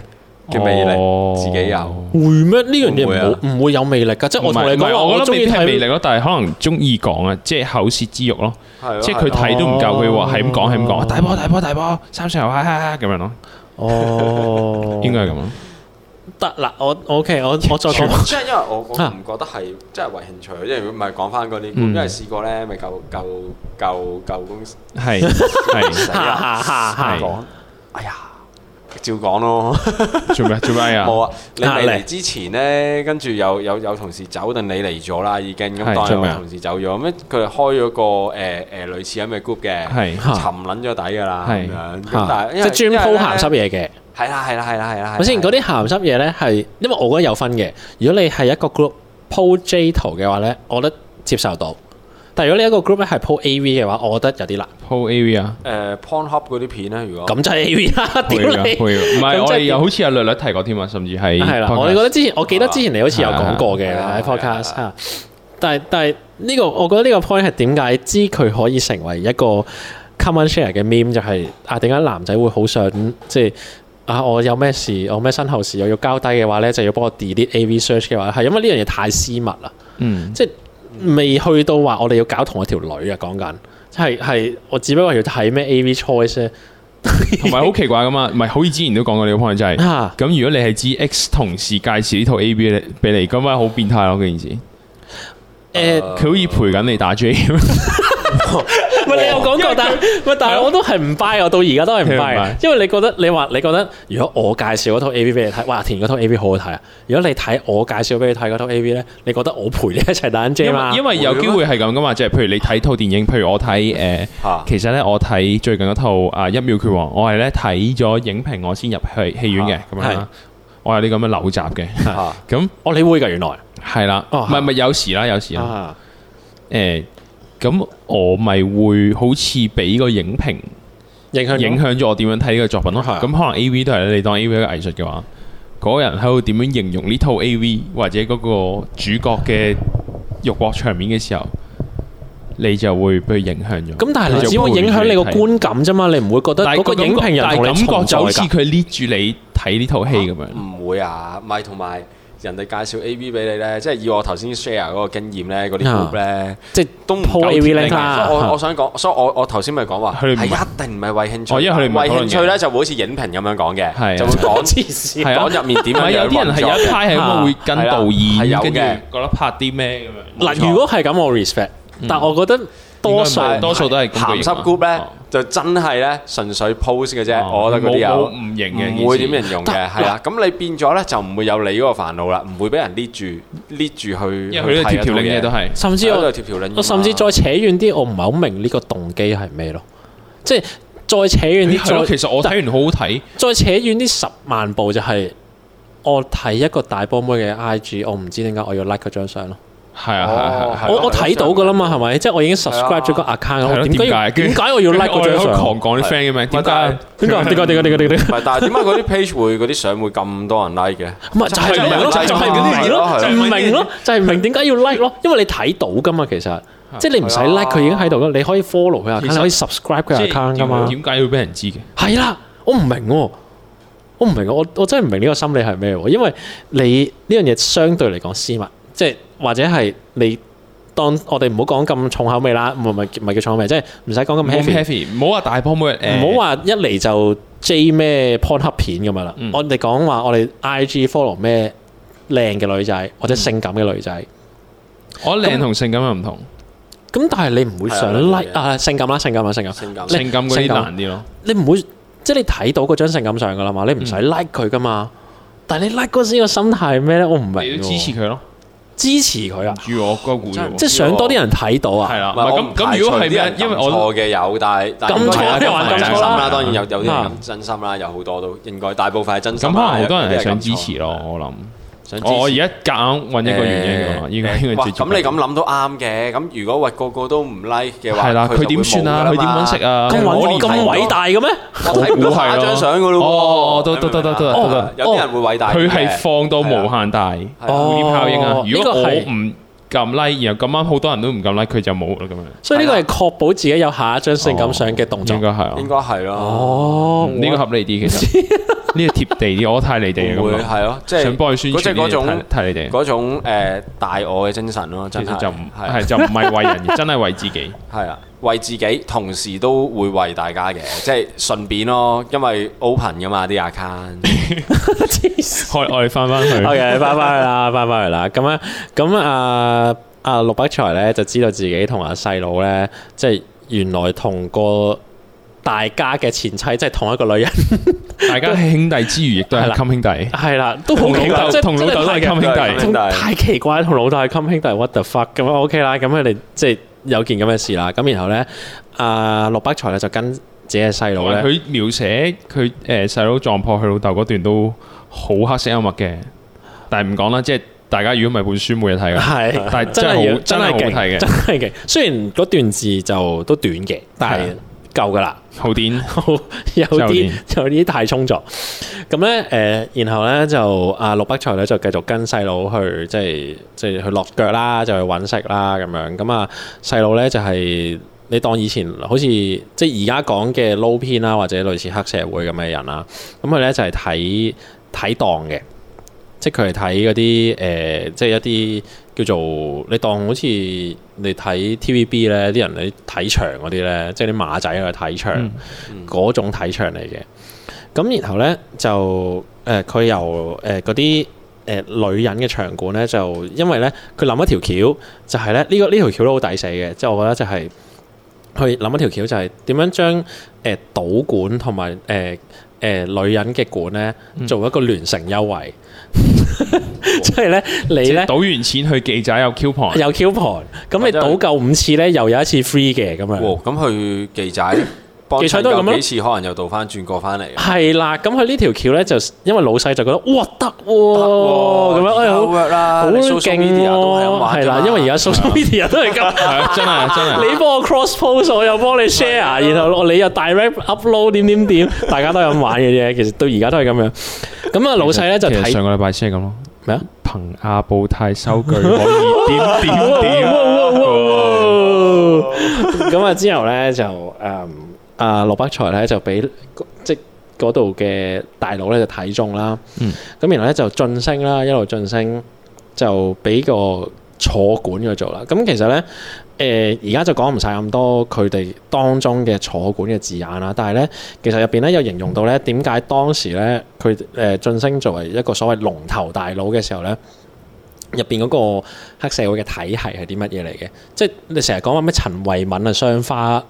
[SPEAKER 3] 嘅魅
[SPEAKER 1] 哦
[SPEAKER 3] 力，自己有。
[SPEAKER 2] 會咩？呢樣嘢唔
[SPEAKER 3] 會唔會
[SPEAKER 2] 好唔會有魅力㗎，即係我
[SPEAKER 1] 啊唔
[SPEAKER 2] 同你
[SPEAKER 1] 係唔
[SPEAKER 2] 講話，
[SPEAKER 1] 係，我覺得
[SPEAKER 2] 中
[SPEAKER 1] 未
[SPEAKER 2] 意
[SPEAKER 1] 必係
[SPEAKER 2] 睇
[SPEAKER 1] 魅力咯，但係可能中意講啊，即係口舌之欲咯，
[SPEAKER 3] 係咯
[SPEAKER 1] 即係佢
[SPEAKER 3] 係咯
[SPEAKER 1] 睇都唔夠，佢話係咁講係咁
[SPEAKER 2] 哦
[SPEAKER 1] 講，大波大波大波，三上游哈哈哈咁樣咯，
[SPEAKER 2] 哦，
[SPEAKER 1] 應該係咁咯。
[SPEAKER 2] 得啦，我我 OK，我我 再講。
[SPEAKER 3] 即係因為我我
[SPEAKER 2] 啊
[SPEAKER 3] 唔覺得係即係為興趣，因為如果唔係講翻嗰啲，
[SPEAKER 1] 嗯
[SPEAKER 3] 因為試過咧，咪舊舊舊舊公司
[SPEAKER 1] 係係
[SPEAKER 3] 死啊
[SPEAKER 1] 係
[SPEAKER 3] 講，哎呀，照講咯。
[SPEAKER 1] 做咩做咩啊？
[SPEAKER 3] 冇啊！你
[SPEAKER 2] 壓
[SPEAKER 3] 未
[SPEAKER 2] 力
[SPEAKER 3] 嚟之前咧，跟住有有有同事走，定你嚟咗啦已經咁，
[SPEAKER 1] 係
[SPEAKER 3] 當
[SPEAKER 1] 做
[SPEAKER 3] 有
[SPEAKER 1] 咩啊
[SPEAKER 3] 同事走咗，咁佢哋開咗個誒誒類似咁嘅 group 嘅，
[SPEAKER 1] 係
[SPEAKER 3] 沉撚咗底噶啦咁
[SPEAKER 1] 係
[SPEAKER 3] 樣。咁但係因
[SPEAKER 2] 嚇
[SPEAKER 3] 為
[SPEAKER 2] 即係專鋪鹹濕，嘢嘅，
[SPEAKER 3] 係啦係啦係啦係啦。
[SPEAKER 2] 咪先
[SPEAKER 3] 係啦
[SPEAKER 2] 嗰啲鹹濕嘢咧係，因為我覺得有分嘅。如果你係一個 group 鋪 J 圖嘅話咧，我覺得接受到。但係如果你一個 group 咧係鋪 AV 嘅話，我覺得有啲
[SPEAKER 3] 哦
[SPEAKER 2] 難。
[SPEAKER 1] 鋪 A V 啊，
[SPEAKER 3] 誒呃 PornHub 嗰啲片咧，如果
[SPEAKER 2] 咁就係 AV 啦，
[SPEAKER 1] 鋪
[SPEAKER 2] 屌
[SPEAKER 1] A V 啊，
[SPEAKER 2] 你！
[SPEAKER 1] 鋪 A V 啊唔係
[SPEAKER 2] 咁即係
[SPEAKER 1] 我哋
[SPEAKER 2] 點
[SPEAKER 1] 又好似有略略提過添啊，甚至係
[SPEAKER 2] 係啦，我哋覺得之前，我記得之前你好似有講過嘅
[SPEAKER 3] 係啊
[SPEAKER 2] 喺
[SPEAKER 3] 係啊
[SPEAKER 2] podcast
[SPEAKER 3] 係
[SPEAKER 2] 嚇。但係但係呢個，我覺得呢個 point 係點解知佢可以成為一個 common share 嘅 meme 就係、啊點解男仔會好想即係啊我有咩事，我咩身後事又要交低嘅話咧，就要幫我 delete AV search 嘅話，係因為呢樣嘢太私密啦，
[SPEAKER 1] 嗯
[SPEAKER 2] 即係未去到話我哋要搞同一條女啊講緊，即係係我只不過要睇咩 AV choice 啫
[SPEAKER 1] 同埋好奇怪噶嘛，唔係好似之前都講過呢個 point 就係，
[SPEAKER 2] 啊
[SPEAKER 1] 咁如果你係知 X 同事介紹呢套 A V 俾你，咁咪好變態咯，嗰件事，
[SPEAKER 2] 啊誒。
[SPEAKER 3] 呃
[SPEAKER 1] 佢好似陪緊你打 J 咁樣。
[SPEAKER 2] 喂，你有講過，但 喂，但係我都係唔 buy，我到而家都
[SPEAKER 1] 啊
[SPEAKER 2] 係唔
[SPEAKER 1] 你唔
[SPEAKER 2] buy，啊
[SPEAKER 1] buy
[SPEAKER 2] 因為你覺得你話你覺得，如果我介紹嗰套 A V 俾你睇，哇，田嗰套 A V 好好睇啊！如果你睇我介紹俾你睇嗰套 A V 咧，你覺得我陪你一齊打 J
[SPEAKER 1] 因
[SPEAKER 2] 嘛
[SPEAKER 1] 為？因為有機會係咁噶嘛，即係譬如你睇套電影，譬如我睇誒，
[SPEAKER 3] 嚇
[SPEAKER 1] 其實咧我睇最近嗰套啊《一秒拳王》，我係咧睇咗影評我先入去戲院嘅咁樣
[SPEAKER 2] 啊係
[SPEAKER 1] 啦，我有啲咁嘅陋習嘅，
[SPEAKER 3] 嚇
[SPEAKER 1] 咁
[SPEAKER 2] 哦，你會㗎原來
[SPEAKER 1] 係啦，唔
[SPEAKER 2] 哦
[SPEAKER 1] 係唔係有時啦，有時啦。
[SPEAKER 2] 啊，
[SPEAKER 1] 誒，咁、我咪會好似俾個影評
[SPEAKER 2] 影響
[SPEAKER 1] 影響咗我點樣睇呢個作品咯。
[SPEAKER 2] 係啊
[SPEAKER 1] 咁可能 A V 都係你當 A V 一個藝術嘅話，嗰、個人喺度點樣形容呢套 A V 或者嗰個主角嘅肉搏場面嘅時候，你就會被影響咗。
[SPEAKER 2] 咁，但係你
[SPEAKER 1] 就
[SPEAKER 2] 只會影響你個
[SPEAKER 1] 陪住睇，
[SPEAKER 2] 觀感啫嘛，你唔會覺得
[SPEAKER 1] 但係
[SPEAKER 2] 嗰個
[SPEAKER 1] 感
[SPEAKER 2] 影評人
[SPEAKER 1] 但係
[SPEAKER 2] 同你
[SPEAKER 1] 感覺
[SPEAKER 2] 存在
[SPEAKER 1] 就好似
[SPEAKER 2] 㗎。
[SPEAKER 1] 佢 lead 住你睇呢套戲咁樣。
[SPEAKER 3] 唔會啊，咪同埋人哋介紹 A V 俾你咧，即係以我頭先 share 嗰個經驗咧，嗰啲
[SPEAKER 2] 啊
[SPEAKER 3] group 咧
[SPEAKER 2] 即係
[SPEAKER 3] 都唔
[SPEAKER 2] po
[SPEAKER 3] 夠
[SPEAKER 2] AV
[SPEAKER 3] 貼地
[SPEAKER 2] link
[SPEAKER 3] 嘅
[SPEAKER 1] 啊
[SPEAKER 2] 啦
[SPEAKER 3] 所以我我想講，所以我我頭先咪講話
[SPEAKER 1] 佢哋唔
[SPEAKER 3] 係
[SPEAKER 1] 係
[SPEAKER 3] 一定唔係為興趣，
[SPEAKER 1] 哦因為佢哋唔係
[SPEAKER 3] 為
[SPEAKER 1] 討論嘅
[SPEAKER 3] 興趣咧就會好似影評咁樣
[SPEAKER 1] 係
[SPEAKER 3] 講嘅，
[SPEAKER 1] 啊
[SPEAKER 3] 就會講
[SPEAKER 2] 黐線
[SPEAKER 1] 係啊
[SPEAKER 3] 講入面點
[SPEAKER 1] 唔係
[SPEAKER 3] 樣
[SPEAKER 1] 有啲人係有一
[SPEAKER 3] 運作嘅
[SPEAKER 1] 派係咁啊會跟
[SPEAKER 3] 係啦
[SPEAKER 1] 導
[SPEAKER 3] 係有
[SPEAKER 1] 演，跟住
[SPEAKER 3] 嘅
[SPEAKER 1] 覺得拍啲咩咁樣。
[SPEAKER 2] 嗱，如果係咁，我 respect，但我覺得多數
[SPEAKER 1] 嗯應該唔係多數都係工具
[SPEAKER 3] 鹹
[SPEAKER 1] 型
[SPEAKER 3] 濕 group 咧
[SPEAKER 1] 哦，
[SPEAKER 3] 就真係咧純粹 post 嘅啫，
[SPEAKER 1] 哦
[SPEAKER 3] 我覺得嗰啲有
[SPEAKER 1] 冇冇唔型嘅件事
[SPEAKER 3] 唔會點形容嘅，
[SPEAKER 2] 但
[SPEAKER 3] 係啦。咁你變咗咧就唔會有你嗰個煩惱啦，唔會俾人 lead 住 lead 住去，
[SPEAKER 1] 因為佢
[SPEAKER 3] 去
[SPEAKER 1] 啲
[SPEAKER 3] 睇
[SPEAKER 1] 條條
[SPEAKER 3] 一套
[SPEAKER 1] 領嘢都係。嗯
[SPEAKER 2] 甚至
[SPEAKER 3] 係
[SPEAKER 2] 我
[SPEAKER 3] 咯就貼條領㗎嘛
[SPEAKER 2] 我甚至再扯遠啲，我唔係好明呢個動機係咩咯？即係再扯遠
[SPEAKER 1] 係咯
[SPEAKER 2] 啲，
[SPEAKER 1] 其
[SPEAKER 2] 再
[SPEAKER 1] 實我睇完好好睇，
[SPEAKER 2] 再扯遠啲十萬步就係、我睇一個大波妹嘅 IG，我唔知點解我要 like 嗰張相咯。
[SPEAKER 1] 係啊係啊係啊
[SPEAKER 3] 哦
[SPEAKER 1] 係啊，
[SPEAKER 2] 我我睇到㗎啦嘛，係咪？即係我已經 subscribe 咗個 account，
[SPEAKER 1] 係
[SPEAKER 2] 我
[SPEAKER 1] 咯
[SPEAKER 2] 點解要
[SPEAKER 1] 跟
[SPEAKER 2] 點
[SPEAKER 1] 住
[SPEAKER 2] 解我要 like 嗰張
[SPEAKER 1] 我喺度
[SPEAKER 2] 相？
[SPEAKER 1] 狂講啲 friend 嘅咩？點解？
[SPEAKER 2] 點解？點解？點解？點解？點解？
[SPEAKER 3] 唔係，但係點解嗰啲 page 會嗰啲相會咁多人 like 嘅？
[SPEAKER 2] 唔係就係唔明咯，啊就係唔明咯，就係唔明咯，就係唔明點解要 like 咯，因為你睇到㗎嘛，其實即係啊你唔使 like 佢已經喺度咯，你可以 follow 佢 account，你可以 subscribe 佢
[SPEAKER 1] 即
[SPEAKER 2] account
[SPEAKER 1] 係
[SPEAKER 2] 㗎嘛。
[SPEAKER 1] 點解要俾人知嘅？
[SPEAKER 2] 係啦，我唔明喎、我唔明喎我我真係唔明呢個心理係咩喎？因為你呢樣嘢相對嚟講私密，即係或者係你當我哋唔好講咁重口味啦，唔係唔係唔係叫重口味，即係唔使講咁
[SPEAKER 1] 唔好
[SPEAKER 2] heavy，
[SPEAKER 1] heavy，唔好話大波妹，誒
[SPEAKER 2] 唔好話一嚟就 J 咩 p o n h u b 片咁樣啦。我哋講話我哋 IG follow 咩靚嘅女仔或者性感嘅女仔，
[SPEAKER 1] 我靚同性感又唔同，
[SPEAKER 2] 咁、但係你唔會想
[SPEAKER 3] 係啊
[SPEAKER 2] like 啊性感啦，性感啦，性感。
[SPEAKER 3] 性感
[SPEAKER 2] 你
[SPEAKER 1] 性感嗰
[SPEAKER 2] 性
[SPEAKER 1] 啲
[SPEAKER 2] 感
[SPEAKER 1] 難啲咯。
[SPEAKER 2] 你唔會即係你睇到嗰張性感相噶啦嘛，你唔使 like 佢噶嘛。但係你 like 嗰陣時個心態係咩咧？我唔明
[SPEAKER 1] 你
[SPEAKER 2] 喎。
[SPEAKER 1] 要支持佢咯，
[SPEAKER 2] 支持佢啊，
[SPEAKER 1] 住我嗰個故啫喎
[SPEAKER 2] 即係想多啲人睇到
[SPEAKER 1] 係啦，
[SPEAKER 2] 啊。
[SPEAKER 3] 唔
[SPEAKER 1] 唔係
[SPEAKER 3] 係
[SPEAKER 1] 咁咁如果係咩？因為我
[SPEAKER 3] 錯嘅有，但係但係
[SPEAKER 2] 咁
[SPEAKER 3] 當然
[SPEAKER 2] 錯
[SPEAKER 3] 有
[SPEAKER 2] 嘅話
[SPEAKER 3] 啲
[SPEAKER 2] 咁
[SPEAKER 3] 人真
[SPEAKER 2] 錯
[SPEAKER 3] 心
[SPEAKER 2] 啦
[SPEAKER 3] 啦，當然有有啲
[SPEAKER 2] 啊
[SPEAKER 3] 人咁真心啦，有好多都應該大部分係真
[SPEAKER 1] 咁
[SPEAKER 3] 心
[SPEAKER 1] 可
[SPEAKER 3] 啦。
[SPEAKER 1] 能好多人
[SPEAKER 3] 有啲
[SPEAKER 1] 係想
[SPEAKER 3] 咁
[SPEAKER 1] 支
[SPEAKER 3] 錯
[SPEAKER 1] 持咯，，我諗。
[SPEAKER 3] 想支
[SPEAKER 1] 我我而
[SPEAKER 3] 持
[SPEAKER 1] 家夾硬揾一個原因㗎嘛，依個
[SPEAKER 3] 誒
[SPEAKER 1] 應該
[SPEAKER 3] 哇
[SPEAKER 1] 最
[SPEAKER 3] 咁你咁諗都啱嘅。咁如果喂個個都唔 like 嘅話，
[SPEAKER 1] 係啦，
[SPEAKER 3] 就
[SPEAKER 1] 佢點
[SPEAKER 3] 會
[SPEAKER 1] 算
[SPEAKER 3] 冇㗎
[SPEAKER 1] 啊？
[SPEAKER 3] 啦
[SPEAKER 1] 佢點
[SPEAKER 3] 嘛
[SPEAKER 1] 揾食啊？
[SPEAKER 2] 咁
[SPEAKER 3] 我
[SPEAKER 2] 偉
[SPEAKER 3] 年
[SPEAKER 2] 咁
[SPEAKER 3] 睇
[SPEAKER 2] 偉大嘅咩？
[SPEAKER 3] 我睇唔
[SPEAKER 1] 我
[SPEAKER 3] 到
[SPEAKER 1] 估係
[SPEAKER 3] 下
[SPEAKER 1] 咯
[SPEAKER 3] 張相噶咯喎。
[SPEAKER 1] 哦都都
[SPEAKER 3] 你明唔明
[SPEAKER 1] 都都
[SPEAKER 3] 啊
[SPEAKER 1] 都得
[SPEAKER 3] 有啲人會偉大
[SPEAKER 1] 佢
[SPEAKER 3] 啲嘅
[SPEAKER 1] 係放到無限大
[SPEAKER 3] 係啊
[SPEAKER 1] 蝴蝶效應啊
[SPEAKER 2] 哦！
[SPEAKER 1] 如果
[SPEAKER 2] 呢個
[SPEAKER 1] 我
[SPEAKER 2] 係
[SPEAKER 1] 唔撳 like，然後咁啱好多人都唔撳 like，佢就冇啦咁樣。
[SPEAKER 2] 所以呢個係確保自己有下一張性感相嘅動作
[SPEAKER 1] 應。該係啊，
[SPEAKER 3] 哦應該係咯。
[SPEAKER 2] 哦，
[SPEAKER 1] 呢個合理啲其實， 呢個貼地啲，我太離地啦
[SPEAKER 3] 會
[SPEAKER 1] 咁啊，
[SPEAKER 3] 係咯，即係
[SPEAKER 1] 想幫佢宣
[SPEAKER 3] 嗰即係
[SPEAKER 1] 傳
[SPEAKER 3] 嗰
[SPEAKER 1] 嗰
[SPEAKER 3] 種
[SPEAKER 1] 種太離地，
[SPEAKER 3] 嗰種誒大我嘅精神咯，
[SPEAKER 1] 其
[SPEAKER 3] 真係
[SPEAKER 1] 實就唔
[SPEAKER 3] 係
[SPEAKER 1] 係就唔係為人， 真係為自己。
[SPEAKER 3] 係啊，為自己同時都會為大家嘅，即係順便咯，因為 open 噶嘛啲 account。
[SPEAKER 2] 嗯黐線
[SPEAKER 1] 我我哋翻翻去
[SPEAKER 3] 啊
[SPEAKER 2] OK，翻返去啦，翻返去啦。咁啊，咁啊啊陸北才咧就知道自己同阿細佬咧，即係原來同個大家嘅前妻，即係同一個女人，
[SPEAKER 1] 大家係兄弟之餘，亦都
[SPEAKER 2] 係
[SPEAKER 1] 係
[SPEAKER 2] 啦
[SPEAKER 1] 襟兄 弟。
[SPEAKER 2] 係啦，都好
[SPEAKER 1] 同
[SPEAKER 2] 奇怪，
[SPEAKER 1] 老
[SPEAKER 2] 即
[SPEAKER 1] 豆
[SPEAKER 2] 係
[SPEAKER 1] 同老豆都係襟兄
[SPEAKER 3] 真係
[SPEAKER 1] 弟，
[SPEAKER 3] 襟兄弟
[SPEAKER 2] 太奇怪，同老豆係襟兄弟，what the fuck 咁啊 OK 啦，咁佢哋即係有件咁嘅事啦。咁然後咧，阿陸北才咧就跟自己嘅細佬咧。
[SPEAKER 1] 佢描寫佢誒細佬撞破佢老豆嗰段都好黑色幽默嘅，但係唔講啦，即係大家如果唔係本書每日睇 㗎，
[SPEAKER 2] 係，
[SPEAKER 1] 但係
[SPEAKER 2] 真
[SPEAKER 1] 真係
[SPEAKER 2] 係
[SPEAKER 1] 好
[SPEAKER 2] 真
[SPEAKER 1] 真係
[SPEAKER 2] 係
[SPEAKER 1] 好睇
[SPEAKER 2] 勁，
[SPEAKER 1] 嘅
[SPEAKER 2] 真係勁。雖然嗰段字就都短嘅，但係
[SPEAKER 1] 係
[SPEAKER 2] 夠噶啦，
[SPEAKER 1] 好癲。
[SPEAKER 2] 有
[SPEAKER 1] 真係好
[SPEAKER 2] 啲
[SPEAKER 1] 啲
[SPEAKER 2] 有啲太充足。咁咧誒，然後咧就阿陸北才咧就繼續跟細佬去即係即係去落腳啦，就去揾食啦咁樣。咁啊細佬咧就係。你當以前好似即係而家講嘅撈偏啦，或者類似黑社會咁嘅人啦，咁佢咧就係睇睇檔嘅，即係佢係睇嗰啲誒，即係一啲叫做你當好似你睇 TVB 咧，啲人你睇場嗰啲咧，即係啲馬仔去睇場
[SPEAKER 1] 嗯
[SPEAKER 2] 嗰、種睇場嚟嘅。咁然後咧就誒，佢、由誒嗰啲誒女人嘅場館咧，就因為咧佢諗一條橋，就係咧呢個呢條橋都好抵死嘅，即係我覺得就係、去諗一條橋就係點樣將誒賭館同埋誒誒女人嘅館咧做一個聯乘優惠， 即係咧你咧
[SPEAKER 1] 賭完錢去記者有 coupon，
[SPEAKER 2] 有 coupon，咁
[SPEAKER 3] 或
[SPEAKER 2] 你
[SPEAKER 3] 者係
[SPEAKER 2] 賭夠五次咧又有一次 free 嘅咁
[SPEAKER 3] 哇！
[SPEAKER 2] 樣。
[SPEAKER 3] 咁佢記仔幫
[SPEAKER 2] 記
[SPEAKER 3] 襯
[SPEAKER 2] 仔都係咁咯
[SPEAKER 3] 夠幾次，可能又倒翻轉過翻嚟。啊
[SPEAKER 2] 係啦，咁佢呢條橋咧就因為老細就覺得哇得
[SPEAKER 3] 得
[SPEAKER 2] 喎，
[SPEAKER 3] 喎
[SPEAKER 2] 咁樣哎
[SPEAKER 3] 而家
[SPEAKER 2] 好
[SPEAKER 3] work 啦，
[SPEAKER 2] 好
[SPEAKER 3] 你 social
[SPEAKER 2] 勁
[SPEAKER 3] media 都係咁
[SPEAKER 2] 喎，
[SPEAKER 3] 玩
[SPEAKER 2] 係
[SPEAKER 3] 㗎
[SPEAKER 2] 啦，
[SPEAKER 3] 嘛
[SPEAKER 2] 因為而家 social media 都係咁。
[SPEAKER 1] 係啊真係真係
[SPEAKER 2] 你幫我 cross post，我又幫你
[SPEAKER 3] 啊
[SPEAKER 2] share，然後你又 direct upload 點點點，大家都係咁玩嘅啫。其實到而家都係咁樣。咁啊，老細咧就
[SPEAKER 1] 其實
[SPEAKER 2] 睇
[SPEAKER 1] 上個禮拜先係咁咯。
[SPEAKER 2] 咩啊？
[SPEAKER 1] 憑阿布泰收據可以點點點，
[SPEAKER 3] 哦
[SPEAKER 2] 咁啊，之後咧就誒啊，羅北才咧就俾即嗰度嘅大佬咧就睇中啦。
[SPEAKER 1] 嗯
[SPEAKER 2] 咁然後咧就晉升啦，一路晉升就俾個坐館佢做啦。咁其實咧。誒而家就講唔晒咁多佢哋當中嘅坐館嘅字眼啦，但係咧其實入邊咧有形容到咧點解當時咧佢誒晉升作為一個所謂龍頭大佬嘅時候咧，入邊嗰個黑社會嘅體系係啲乜嘢嚟嘅？即係你成日講話咩陳慧敏啊、雙花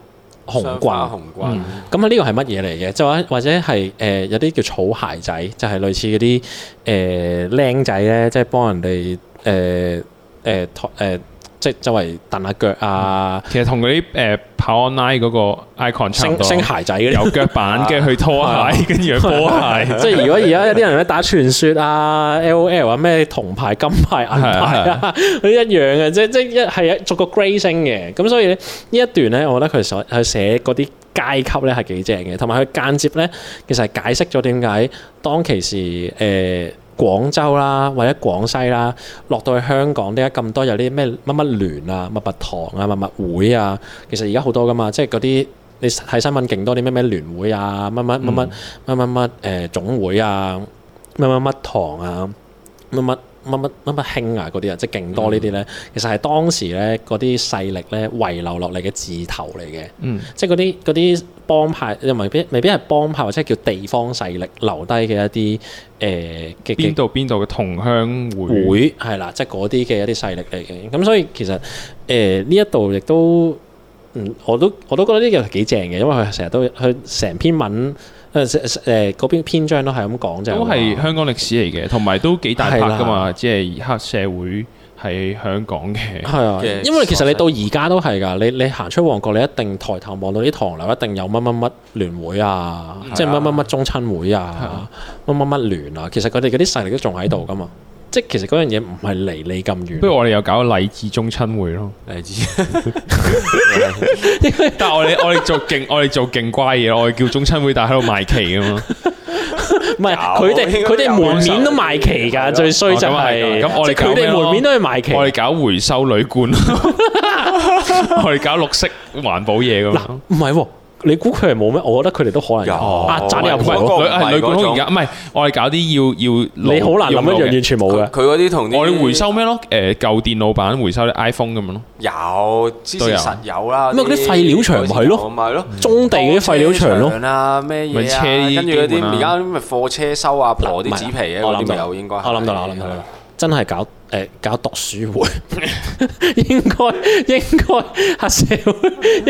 [SPEAKER 2] 紅
[SPEAKER 3] 雙
[SPEAKER 2] 棍
[SPEAKER 3] 花。紅棍
[SPEAKER 2] 咁啊，呢個係乜嘢嚟嘅？就或或者係誒、呃有啲叫草鞋仔，就係、類似嗰啲誒僆仔咧，即係幫人哋誒誒托誒，即係周圍蹬下腳啊，
[SPEAKER 1] 其實同嗰啲誒跑 online 嗰個 icon 差唔
[SPEAKER 2] 升
[SPEAKER 1] 多，
[SPEAKER 2] 升鞋仔嗰啲。
[SPEAKER 1] 有腳板跟住去拖鞋，跟住去波鞋，
[SPEAKER 2] 即係如果而家有啲人咧打傳說啊、L O L 啊、咩銅牌、金牌、銀牌啊，嗰啲一樣嘅，即係即係一係啊逐個 grade 升嘅。咁所以咧呢一段咧，我覺得佢所佢寫嗰啲階級咧係幾正嘅，同埋佢間接咧其實係解釋咗點解當其時誒。呃廣州啦，或者廣西啦，落到去香港點解咁多有啲咩乜乜聯啊、乜乜堂啊、乜乜會啊？其實而家好多噶嘛，即係嗰啲你睇新聞勁多啲咩咩聯會啊、乜乜乜乜乜乜乜誒總會啊、乜乜乜堂啊、乜乜乜乜乜乜興啊嗰啲啊，即係勁多呢啲咧，其實係當時咧嗰啲勢力咧遺留落嚟嘅字頭嚟嘅，
[SPEAKER 1] 嗯
[SPEAKER 2] 即係嗰啲嗰啲幫派又未必未必係幫派，或者係叫地方勢力留低嘅一啲誒嘅嘅
[SPEAKER 1] 邊度邊度嘅同鄉會。
[SPEAKER 2] 會係啦，即係嗰啲嘅一啲勢力嚟嘅。咁所以其實誒呢一度亦都，嗯，我都我都覺得呢個幾正嘅，因為佢成日都佢成篇文呃誒誒嗰篇篇章都係咁講就
[SPEAKER 1] 都係
[SPEAKER 2] 話
[SPEAKER 1] 香港歷史嚟嘅，同埋都幾大拍噶嘛，即係黑社會喺香港 嘅。
[SPEAKER 2] 係啊
[SPEAKER 3] 嘅，
[SPEAKER 2] 因為其實你到
[SPEAKER 3] 所
[SPEAKER 2] 而家都係㗎，你你行出旺角，你一定抬頭望到啲唐樓，一定有乜乜乜聯會啊，
[SPEAKER 1] 嗯
[SPEAKER 2] 即係乜乜乜中親會啊，乜乜乜聯啊，其實佢哋嗰啲勢力都仲喺度㗎嘛，即係其實嗰樣嘢唔係離你咁
[SPEAKER 1] 不
[SPEAKER 2] 遠，
[SPEAKER 1] 如我哋又搞勵志中親會咯，
[SPEAKER 3] 嚟 自
[SPEAKER 1] 但 係我哋我哋做勁我哋做勁乖嘢咯，我哋叫中親會，但係喺度賣旗咁嘛。
[SPEAKER 2] 唔係佢哋
[SPEAKER 3] 有
[SPEAKER 2] 佢哋門面都賣旗
[SPEAKER 3] 係
[SPEAKER 2] 㗎，
[SPEAKER 3] 咯
[SPEAKER 2] 最衰就
[SPEAKER 1] 哦咁係
[SPEAKER 2] 係
[SPEAKER 1] 咁我哋
[SPEAKER 2] 即係佢
[SPEAKER 1] 搞咩
[SPEAKER 2] 哋
[SPEAKER 1] 咯
[SPEAKER 2] 門面都係賣旗。
[SPEAKER 1] 我哋搞回收旅館咯，我哋搞綠色環保嘢咁
[SPEAKER 2] 嗱
[SPEAKER 1] 樣。，
[SPEAKER 2] 唔係喎，你估佢係冇咩？我覺得佢哋都可能有
[SPEAKER 3] 有
[SPEAKER 2] 壓榨你入
[SPEAKER 1] 唔
[SPEAKER 3] 唔
[SPEAKER 2] 去
[SPEAKER 3] 係
[SPEAKER 1] 係旅
[SPEAKER 2] 喎。
[SPEAKER 3] 嗰個唔係
[SPEAKER 1] 係旅館
[SPEAKER 3] 嗰
[SPEAKER 1] 好
[SPEAKER 3] 種
[SPEAKER 1] 而家，唔係我哋搞啲要要
[SPEAKER 2] 你好難諗一樣完
[SPEAKER 1] 嘢。
[SPEAKER 2] 全冇
[SPEAKER 3] 佢
[SPEAKER 2] 嘅。
[SPEAKER 3] 嗰啲同啲
[SPEAKER 1] 我哋回收咩咯？誒舊電腦板回收啲 iPhone 咁樣咯。
[SPEAKER 3] 有，之
[SPEAKER 1] 都有
[SPEAKER 3] 前實有啦。
[SPEAKER 2] 啊咩嗰啲廢料場咪係咯
[SPEAKER 3] 咪係咯，
[SPEAKER 2] 中地嗰啲廢料場咯
[SPEAKER 3] 多車啦，咩
[SPEAKER 1] 咪
[SPEAKER 3] 嘢
[SPEAKER 1] 車
[SPEAKER 3] 啊？
[SPEAKER 1] 衣啊
[SPEAKER 3] 跟住嗰
[SPEAKER 1] 基本啦
[SPEAKER 3] 啲而家咪貨車收阿婆啲紙皮嘅
[SPEAKER 2] 我
[SPEAKER 3] 嗰
[SPEAKER 2] 諗
[SPEAKER 3] 啲咪
[SPEAKER 2] 到
[SPEAKER 3] 有應該
[SPEAKER 2] 我
[SPEAKER 3] 係。
[SPEAKER 2] 諗到啦，我諗到啦，真係搞誒搞讀書會， 應該應該黑社會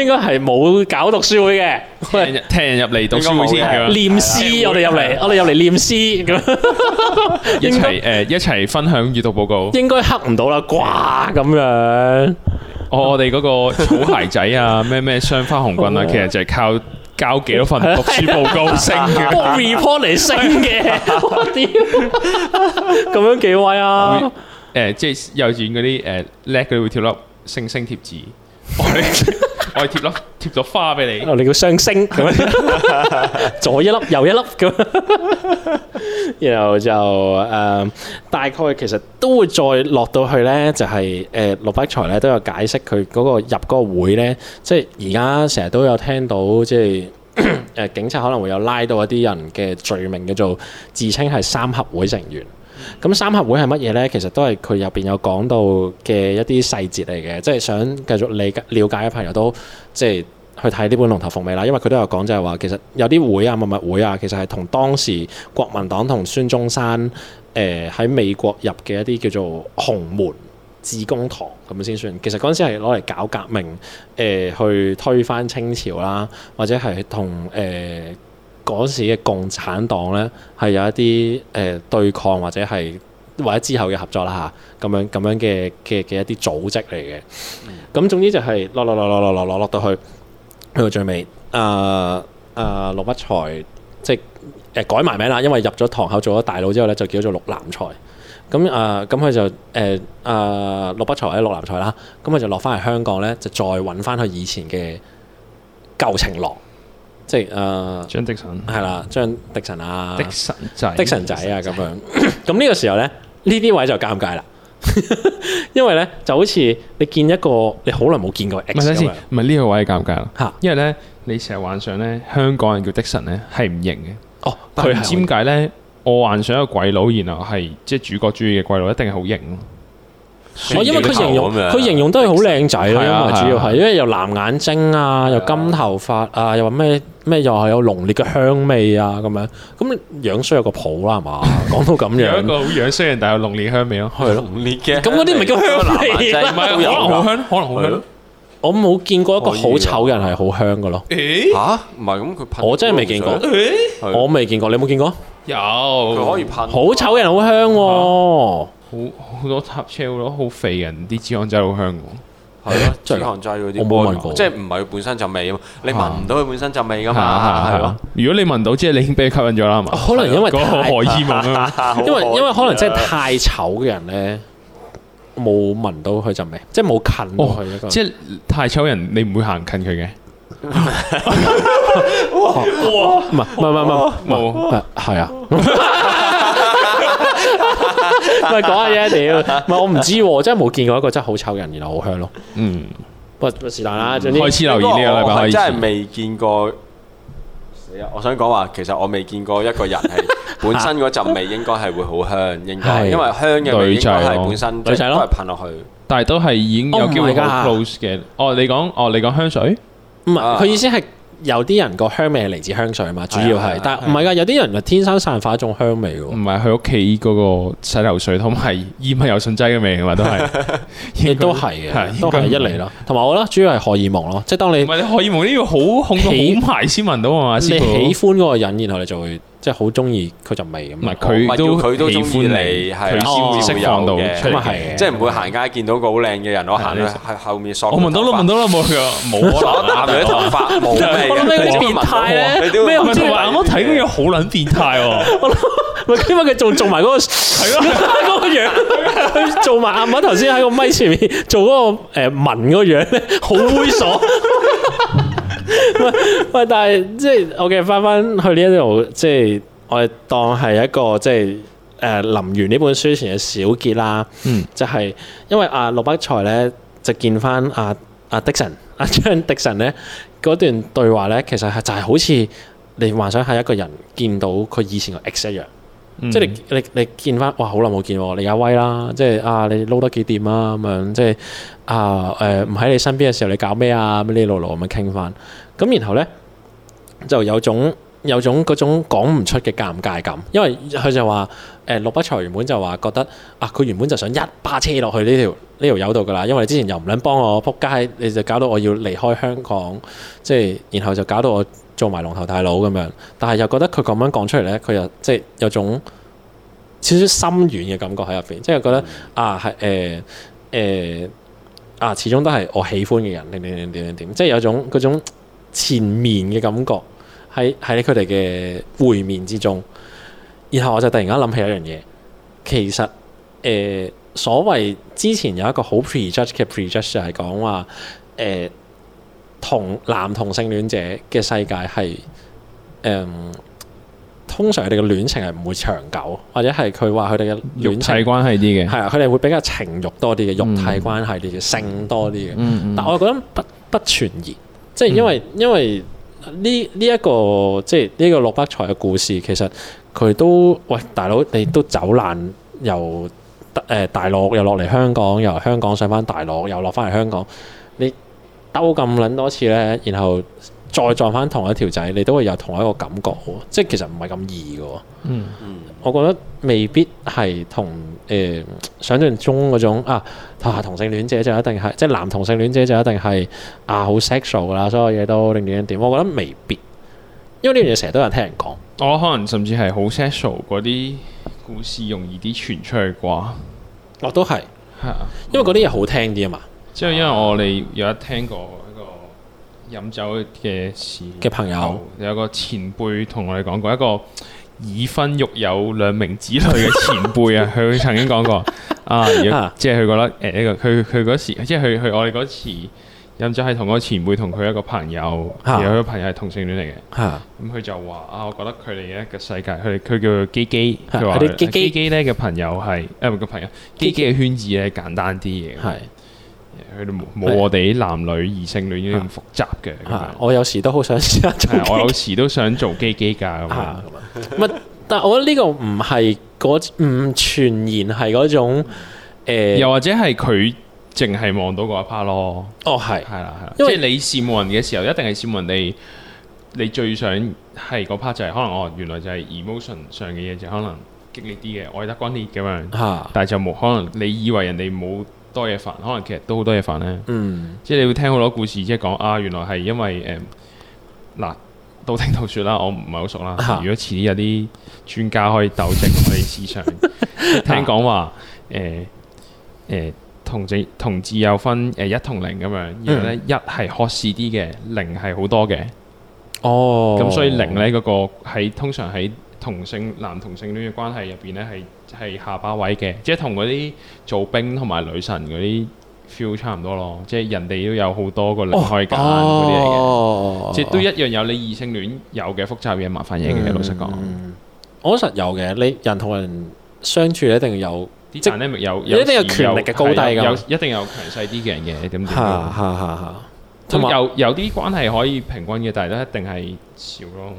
[SPEAKER 2] 應該係冇搞讀書會嘅。
[SPEAKER 1] 聽人聽人入嚟讀書會先
[SPEAKER 3] 應該
[SPEAKER 1] 咁
[SPEAKER 3] 冇
[SPEAKER 1] 樣，
[SPEAKER 2] 念詩，我哋入嚟，我哋入嚟念詩咁，
[SPEAKER 1] 一
[SPEAKER 2] 應該
[SPEAKER 1] 齊誒一齊分享閱讀報告。
[SPEAKER 2] 應該黑唔到啦啩咁樣。
[SPEAKER 1] 我我哋嗰個草鞋仔 啊，咩咩雙花紅棍啊，其實就係靠交幾 多份讀書報告升 嘅。
[SPEAKER 2] book report 嚟升嘅，我屌，咁樣幾威啊！
[SPEAKER 1] 誒，即係幼稚園嗰啲誒叻嗰啲會貼粒星星貼紙，我哋我哋 貼粒貼咗花俾你。
[SPEAKER 2] 我哋叫雙星咁樣，左一粒右一粒咁樣，然後就誒、呃大概其實都會再落到去咧，就係誒陸北才咧都有解釋佢嗰個入嗰個會咧，即係而家成日都有聽到即係。誒呃警察可能會有拉到一啲人嘅罪名叫做自稱係三合會成員。咁三合會係乜嘢呢？其實都係佢入邊有講到嘅一啲細節嚟嘅，即係想繼續理解了解嘅朋友都即係去睇呢本《龍頭鳳尾》啦。因為佢都有講就係話，其實有啲會啊、默默會啊，其實係同當時國民黨同孫中山呃誒喺、美國入嘅一啲叫做紅門。致公堂咁先算，其實嗰陣時係攞嚟搞革命，誒、去推翻清朝啦，或者係同誒嗰時嘅共產黨咧係有一啲誒、呃、對抗或者係或者之後嘅合作啦嚇，咁樣咁樣嘅嘅嘅一啲組織嚟嘅。咁總之就係落落落落落落落落到去去到最尾，誒誒陸北才即係誒、呃改埋名啦，因為入咗堂口做咗大佬之後咧，就叫做陸南才。咁誒，呃啊咁佢、就誒誒陸北才或者陸南才啦，咁佢就落翻嚟香港咧，就再揾翻佢以前嘅舊情郎，即係誒。呃
[SPEAKER 1] 張迪神，
[SPEAKER 2] 係啦，張迪神啊，
[SPEAKER 1] 迪神仔，
[SPEAKER 2] 迪神仔啊咁樣。咁呢個時候咧，呢啲位就尷尬啦，因為咧就好似你見一個你好耐冇見過嘅
[SPEAKER 1] 唔係
[SPEAKER 2] X
[SPEAKER 1] 等
[SPEAKER 2] 咁
[SPEAKER 1] 先
[SPEAKER 2] 樣，
[SPEAKER 1] 唔係呢個位尷尬啦。
[SPEAKER 2] 嚇
[SPEAKER 1] 因為咧，你成日幻想咧，香港人叫迪神咧係唔型嘅，
[SPEAKER 2] 哦，
[SPEAKER 1] 但
[SPEAKER 2] 佢
[SPEAKER 1] 係唔知點
[SPEAKER 2] 係
[SPEAKER 1] 解咧，我幻想一個鬼佬，然後係即係主角主義嘅鬼佬，一定係好型咯。
[SPEAKER 2] 我因為佢形容
[SPEAKER 3] 咁樣
[SPEAKER 2] 佢形容都係好靚仔咯，
[SPEAKER 1] 係啊係
[SPEAKER 2] 因為
[SPEAKER 1] 啊
[SPEAKER 2] 主要係因為又藍眼睛啊，又金頭髮啊，又話咩咩又係有濃烈嘅香味啊咁樣，咁樣衰有個譜啦係嘛， 講到咁
[SPEAKER 1] 有一
[SPEAKER 2] 樣
[SPEAKER 1] 個好樣衰人，但係有濃烈香味咯。
[SPEAKER 2] 係咯，
[SPEAKER 3] 唔烈嘅。
[SPEAKER 2] 咁嗰啊啲咪叫香味
[SPEAKER 3] 藍眼
[SPEAKER 2] 啦
[SPEAKER 3] 睛
[SPEAKER 1] 唔係，可
[SPEAKER 3] 都有
[SPEAKER 1] 能好
[SPEAKER 3] 㗎。
[SPEAKER 1] 香，可能好
[SPEAKER 3] 係
[SPEAKER 1] 香
[SPEAKER 3] 咯。
[SPEAKER 2] 我冇見過一個好
[SPEAKER 3] 可以㗎
[SPEAKER 2] 醜嘅人係好香嘅咯，
[SPEAKER 1] 誒，
[SPEAKER 3] 嚇，唔係咁佢噴。
[SPEAKER 2] 我真係未見過
[SPEAKER 3] 係
[SPEAKER 2] 我未見過，你有冇見過？
[SPEAKER 1] 有
[SPEAKER 3] 佢
[SPEAKER 1] 佢
[SPEAKER 3] 可以噴。
[SPEAKER 2] 好醜嘅人好香喎。
[SPEAKER 1] 好好多塔車好多好肥人啲脂肪仔好香喎，
[SPEAKER 3] 係咯，
[SPEAKER 2] 真
[SPEAKER 3] 止
[SPEAKER 2] 係㗎
[SPEAKER 3] 汗劑嗰啲，
[SPEAKER 2] 我冇聞過
[SPEAKER 3] 即係唔係佢本身陣味啊嘛？你聞唔到佢本身陣味噶
[SPEAKER 1] 係
[SPEAKER 3] 啊
[SPEAKER 2] 啊
[SPEAKER 3] 嘛？係咯，。
[SPEAKER 1] 如果你聞到，即係你已經俾佢吸引咗啦係嘛？
[SPEAKER 2] 可哦能因
[SPEAKER 1] 嗰
[SPEAKER 2] 為
[SPEAKER 1] 個
[SPEAKER 2] 太
[SPEAKER 1] 荷爾蒙啊嘛，
[SPEAKER 2] 因為因為可能真
[SPEAKER 1] 啊
[SPEAKER 2] 係太醜嘅人咧，冇聞到佢陣味，即係冇近到佢一個。
[SPEAKER 1] 即係太醜人，你唔會行近佢嘅。
[SPEAKER 2] 哦唔係唔係唔係
[SPEAKER 1] 冇
[SPEAKER 2] 唔係，係啊。唔係講下嘢啊屌，唔係我唔知喎，真係冇見過一個真係好醜嘅人，然後好香咯。
[SPEAKER 1] 嗯，
[SPEAKER 2] 不過是但啦，總之
[SPEAKER 1] 開始留意呢個禮拜
[SPEAKER 3] 我
[SPEAKER 1] 開
[SPEAKER 3] 係
[SPEAKER 1] 始。
[SPEAKER 3] 真係未見過。死啊！我想講話，其實我未見過一個人係本身嗰陣味應該係會好香，應該
[SPEAKER 2] 係
[SPEAKER 3] 因為香嘅味
[SPEAKER 1] 女
[SPEAKER 3] 應
[SPEAKER 1] 仔
[SPEAKER 3] 該
[SPEAKER 1] 咯
[SPEAKER 3] 係本身即
[SPEAKER 2] 女仔
[SPEAKER 3] 係
[SPEAKER 2] 咯
[SPEAKER 3] 都係噴落去。
[SPEAKER 1] 但係都係已經有機會好 close 嘅。哦，你講哦，你講香水，
[SPEAKER 2] 唔係
[SPEAKER 3] 啊
[SPEAKER 2] 佢意思係有啲人個香味係嚟自香水嘛，主要
[SPEAKER 3] 係啊係
[SPEAKER 2] 係
[SPEAKER 3] 啊，
[SPEAKER 2] 但唔係㗎，有啲人係天生散發一種香味
[SPEAKER 1] 唔
[SPEAKER 2] 喎。
[SPEAKER 1] 係佢屋企嗰個洗頭水同埋煙係有信劑嘅味㗎嘛，都係
[SPEAKER 2] 亦都係嘅，都係一嚟
[SPEAKER 1] 啦。
[SPEAKER 2] 啦。同埋我覺得主要係荷爾蒙咯，即係當你
[SPEAKER 1] 唔係你荷爾蒙呢個好控到好
[SPEAKER 2] 喜
[SPEAKER 1] 埋先聞到啊嘛，
[SPEAKER 2] 你
[SPEAKER 1] 師
[SPEAKER 2] 喜
[SPEAKER 1] 傅。
[SPEAKER 2] 歡嗰個人，然後你就會即係好中意佢陣味咁
[SPEAKER 1] 唔係
[SPEAKER 2] 樣。
[SPEAKER 1] 佢
[SPEAKER 3] 唔係叫
[SPEAKER 1] 都
[SPEAKER 3] 佢都
[SPEAKER 1] 喜
[SPEAKER 3] 中意
[SPEAKER 1] 歡
[SPEAKER 3] 你係
[SPEAKER 1] 佢
[SPEAKER 3] 哦
[SPEAKER 1] 先會釋放到
[SPEAKER 3] 咁啊
[SPEAKER 1] 出嚟
[SPEAKER 2] 係
[SPEAKER 1] 嘅。
[SPEAKER 3] 即係唔會行街見到個好靚嘅人，我行去
[SPEAKER 1] 係
[SPEAKER 3] 喺後面索佢
[SPEAKER 1] 我聞到啦，
[SPEAKER 3] 頭髮
[SPEAKER 1] 聞到啦，冇佢話冇
[SPEAKER 3] 我
[SPEAKER 1] 可能
[SPEAKER 3] 攬
[SPEAKER 1] 啊
[SPEAKER 3] 佢啲頭髮冇味
[SPEAKER 2] 我諗起
[SPEAKER 3] 嘅，你
[SPEAKER 2] 嗰啲
[SPEAKER 3] 都
[SPEAKER 2] 變
[SPEAKER 3] 聞到
[SPEAKER 2] 態
[SPEAKER 3] 喎
[SPEAKER 2] 咧
[SPEAKER 3] 你都
[SPEAKER 2] 咩
[SPEAKER 1] 唔係同埋我睇嗰樣
[SPEAKER 3] 嘅
[SPEAKER 1] 好撚變態喎，
[SPEAKER 2] 因為佢仲做埋嗰個係咯嗰個樣，佢做埋阿敏頭先喺個咪前面做嗰個誒文嗰個樣咧，好猥瑣。喂喂，但係即係我嘅翻翻去呢一度，即係我哋當係一個即係。誒林完呢本書前嘅小結啦，
[SPEAKER 1] 嗯
[SPEAKER 2] 就係因為阿陸北才咧就見翻阿阿迪神阿張迪神咧嗰段對話咧，其實係就係好似你幻想係一個人見到佢以前個 ex 一樣。
[SPEAKER 1] 嗯
[SPEAKER 2] 即係你你你見翻，哇！好耐冇見喎，你阿威啦，即係啊，你撈得幾掂啊咁樣，即係啊誒，唔喺你身邊嘅時候，你搞咩啊？咁呢路路咁樣傾翻，咁然後咧就有種有種嗰種講唔出嘅尷尬感，因為佢就話誒陸北才原本就話覺得啊，佢原本就想一巴車落去呢條呢條友度㗎啦，因為你之前又唔撚幫我，仆街你就搞到我要離開香港，即係然後就搞到我做埋龍頭大佬咁樣，但係又覺得佢咁樣講出嚟咧，佢又即係有種少少心軟嘅感覺喺入邊，即係覺得啊係誒誒啊，始終都係我喜歡嘅人，點點點點點點，即係有種嗰種前面嘅感覺喺喺佢哋嘅會面之中。然後我就突然間諗起一樣嘢，其實誒、呃所謂之前有一個好 prejudge 嘅 prejudge 就係講話誒同男同性戀者嘅世界係誒、嗯通常佢哋嘅戀情係唔會長久，或者係佢話佢哋嘅
[SPEAKER 1] 肉
[SPEAKER 2] 戀
[SPEAKER 1] 體
[SPEAKER 2] 情
[SPEAKER 1] 關係啲嘅，
[SPEAKER 2] 係啊，佢哋會比較情慾多啲嘅，肉體關係啲嘅，性多啲嘅。
[SPEAKER 1] 嗯
[SPEAKER 2] 但我覺得不不傳言，即係因為、因為呢呢一個即係呢個陸北才嘅故事，其實佢都喂大佬，你都走難由誒、呃大陸又落嚟香港，由香港上翻大陸，又落翻嚟香港，你兜咁撚多次咧，然後再撞翻同一條仔，你都會有同一個感覺喎，即係其實唔係咁易嘅喎。
[SPEAKER 1] 嗯
[SPEAKER 2] 我覺得未必係同誒想像中嗰種啊，啊同性戀者就一定係即係男同性戀者就一定係啊好 sexual 噶啦，所有嘢都定點點點。我覺得未必，因為呢樣嘢成日都有人聽人講。
[SPEAKER 1] 我可能甚至係好 sexual 嗰啲故事容易啲傳出去啩，係
[SPEAKER 2] 我哦都係，
[SPEAKER 1] 啊。
[SPEAKER 2] 因為嗰啲嘢好聽啲啊嘛
[SPEAKER 1] 之後因為我哋有一聽過一個飲酒嘅事
[SPEAKER 2] 嘅朋友，
[SPEAKER 1] 有個前輩同我哋講過一個已婚育有兩名子女嘅前輩 啊，佢曾經講過啊，如果
[SPEAKER 2] 啊
[SPEAKER 1] 即係佢覺得誒呢個佢佢嗰時即係佢佢我哋嗰次飲酒係同嗰個前輩同佢一個朋友，
[SPEAKER 2] 啊
[SPEAKER 1] 而佢個朋友係同性戀嚟嘅。
[SPEAKER 2] 嚇
[SPEAKER 1] 咁佢就話啊，我覺得佢哋咧嘅世界，佢哋佢叫佢基基，
[SPEAKER 2] 嚇
[SPEAKER 1] 佢話
[SPEAKER 2] 啊佢哋基基
[SPEAKER 1] 基基咧嘅朋友係誒唔係個朋友，基基嘅圈子咧簡單啲嘅，
[SPEAKER 2] 係
[SPEAKER 1] 佢哋冇冇我哋啲男女異性戀
[SPEAKER 2] 啊
[SPEAKER 1] 呢啲咁複雜嘅咁樣
[SPEAKER 2] 嚇，。我有時都好想試下做
[SPEAKER 1] 嗯 係啊我有
[SPEAKER 2] 基
[SPEAKER 1] 時都想做基基㗎咁樣
[SPEAKER 2] 嚇，唔 係，但我覺得呢個唔係嗰唔全然係嗰種誒，
[SPEAKER 1] 又或者係佢淨係望到嗰一 part 咯，
[SPEAKER 2] 哦係
[SPEAKER 1] 係啦係啦，即
[SPEAKER 2] 因為
[SPEAKER 1] 係你羨慕人嘅時候，一定係羨慕人哋。你最想係嗰 part 就係可能哦，原來就係 emotion 上嘅嘢，就可能激烈啲嘅，愛得轟烈咁樣。
[SPEAKER 2] 嚇，
[SPEAKER 1] 但係就冇可能，你以為人哋冇多嘢煩，可能其實都好多嘢煩咧。
[SPEAKER 2] 嗯
[SPEAKER 1] 即係你會聽好多故事，即係講啊，原來係因為誒嗱、道聽途説啦，我唔係好熟啦。
[SPEAKER 2] 啊
[SPEAKER 1] 如果遲啲有啲專家可以糾正我哋思想，聽講話誒誒同志同志有分誒、一同零咁樣，然後咧一係 hot 啲嘅，零係好多嘅。
[SPEAKER 2] 哦，
[SPEAKER 1] 咁所以零咧嗰個喺通常喺同性男同性戀嘅關係入邊咧係係下巴位嘅，即係同嗰啲做兵同埋女神嗰啲 feel 差唔多咯，即係人哋都有好多個零可以揀嗰啲嚟嘅，
[SPEAKER 2] 哦
[SPEAKER 1] 即係都一樣有你異性戀有嘅複雜嘢、麻煩嘢嘅。老實講，
[SPEAKER 2] 嗯我覺得實有嘅。你人同人相處，你一定有
[SPEAKER 1] 啲
[SPEAKER 2] 即
[SPEAKER 1] dynamic 有
[SPEAKER 2] 一定有
[SPEAKER 1] 時
[SPEAKER 2] 權力嘅高低㗎
[SPEAKER 1] 係有有一定有強勢啲嘅人嘅，點點
[SPEAKER 2] 嚇
[SPEAKER 1] 都
[SPEAKER 2] 嚇嚇嚇，同
[SPEAKER 1] 都
[SPEAKER 2] 埋
[SPEAKER 1] 有有啲關係可以平均嘅，但係都一定係少咯。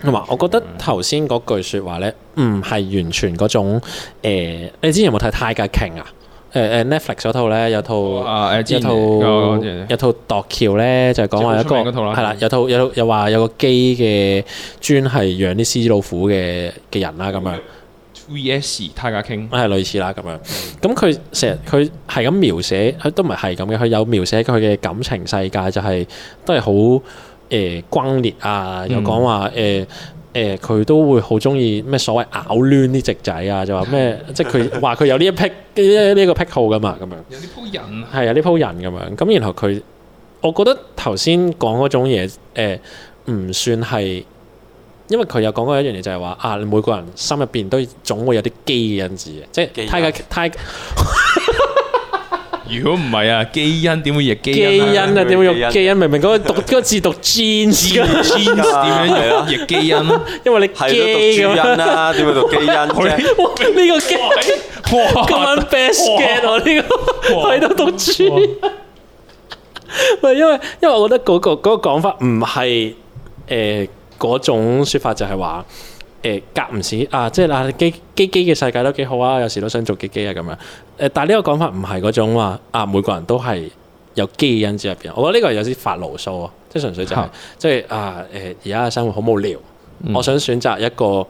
[SPEAKER 2] 同埋，啊我覺得
[SPEAKER 1] 嗯
[SPEAKER 2] 頭先嗰句説話咧，唔係完全嗰種、呃、你之前有冇睇《泰格瓊》啊？誒、誒 Netflix 嗰套咧有套。
[SPEAKER 1] 啊誒，
[SPEAKER 2] 有
[SPEAKER 1] 之前
[SPEAKER 2] 套
[SPEAKER 1] 嗰個
[SPEAKER 2] 有套度橋咧，就係講話一
[SPEAKER 1] 即係好出
[SPEAKER 2] 個
[SPEAKER 1] 名嗰套啦
[SPEAKER 2] 係啦，有套有套又話有個機嘅專係養啲獅子老虎嘅嘅人啦，咁樣
[SPEAKER 1] E VS 泰格傾。
[SPEAKER 2] 係類似啦咁樣。咁佢成日佢係咁描寫，佢都唔係係咁嘅，佢有描寫佢嘅感呃情世界就係、都係好誒轟烈啊，又講話誒。誒、誒佢都會好中意咩所謂咬攣啲直仔啊，就話咩即係佢話佢有呢一癖呢呢個癖好噶嘛，咁樣
[SPEAKER 1] 有啲鋪人啊
[SPEAKER 2] 係啊呢鋪人咁樣，咁然後佢，我覺得頭先講嗰種嘢誒呃唔算係，因為佢有講過一樣嘢就係話啊，每個人心入邊都總會有啲基因字嘅，即
[SPEAKER 3] 基因啊
[SPEAKER 2] 係 Tiger Tiger。
[SPEAKER 1] 如果唔係啊，基因點會譯基
[SPEAKER 2] 基因
[SPEAKER 1] 啊？
[SPEAKER 2] 啊，點會用基因？明明嗰個讀嗰個字讀 genes 㗎
[SPEAKER 1] Genes 點
[SPEAKER 3] 係
[SPEAKER 1] 樣
[SPEAKER 3] 啊
[SPEAKER 1] 譯基因啊？
[SPEAKER 2] 因為你
[SPEAKER 3] 係都讀
[SPEAKER 2] 基
[SPEAKER 3] 主
[SPEAKER 2] 咁
[SPEAKER 3] 因
[SPEAKER 2] 樣。
[SPEAKER 3] 啦，點會讀基因啫？
[SPEAKER 2] 哇呢個 g
[SPEAKER 1] 哇！
[SPEAKER 2] 今晚 best
[SPEAKER 1] 哇
[SPEAKER 2] get 我呢個
[SPEAKER 1] 哇
[SPEAKER 2] 喺度讀 G，喂，因為因為我覺得嗰、個嗰、個講法唔係誒嗰種説法就係話誒隔唔時啊，即係嗱機機機嘅世界都幾好啊，有時都想做機機啊咁樣誒、但係呢個講法唔係嗰種話啊，每個人都係。有基因之入邊，我覺得呢個有啲發牢騷啊，即係純粹就係、
[SPEAKER 1] 嚇嗯
[SPEAKER 2] 即係啊誒，而家嘅生活好無聊，我想選擇一個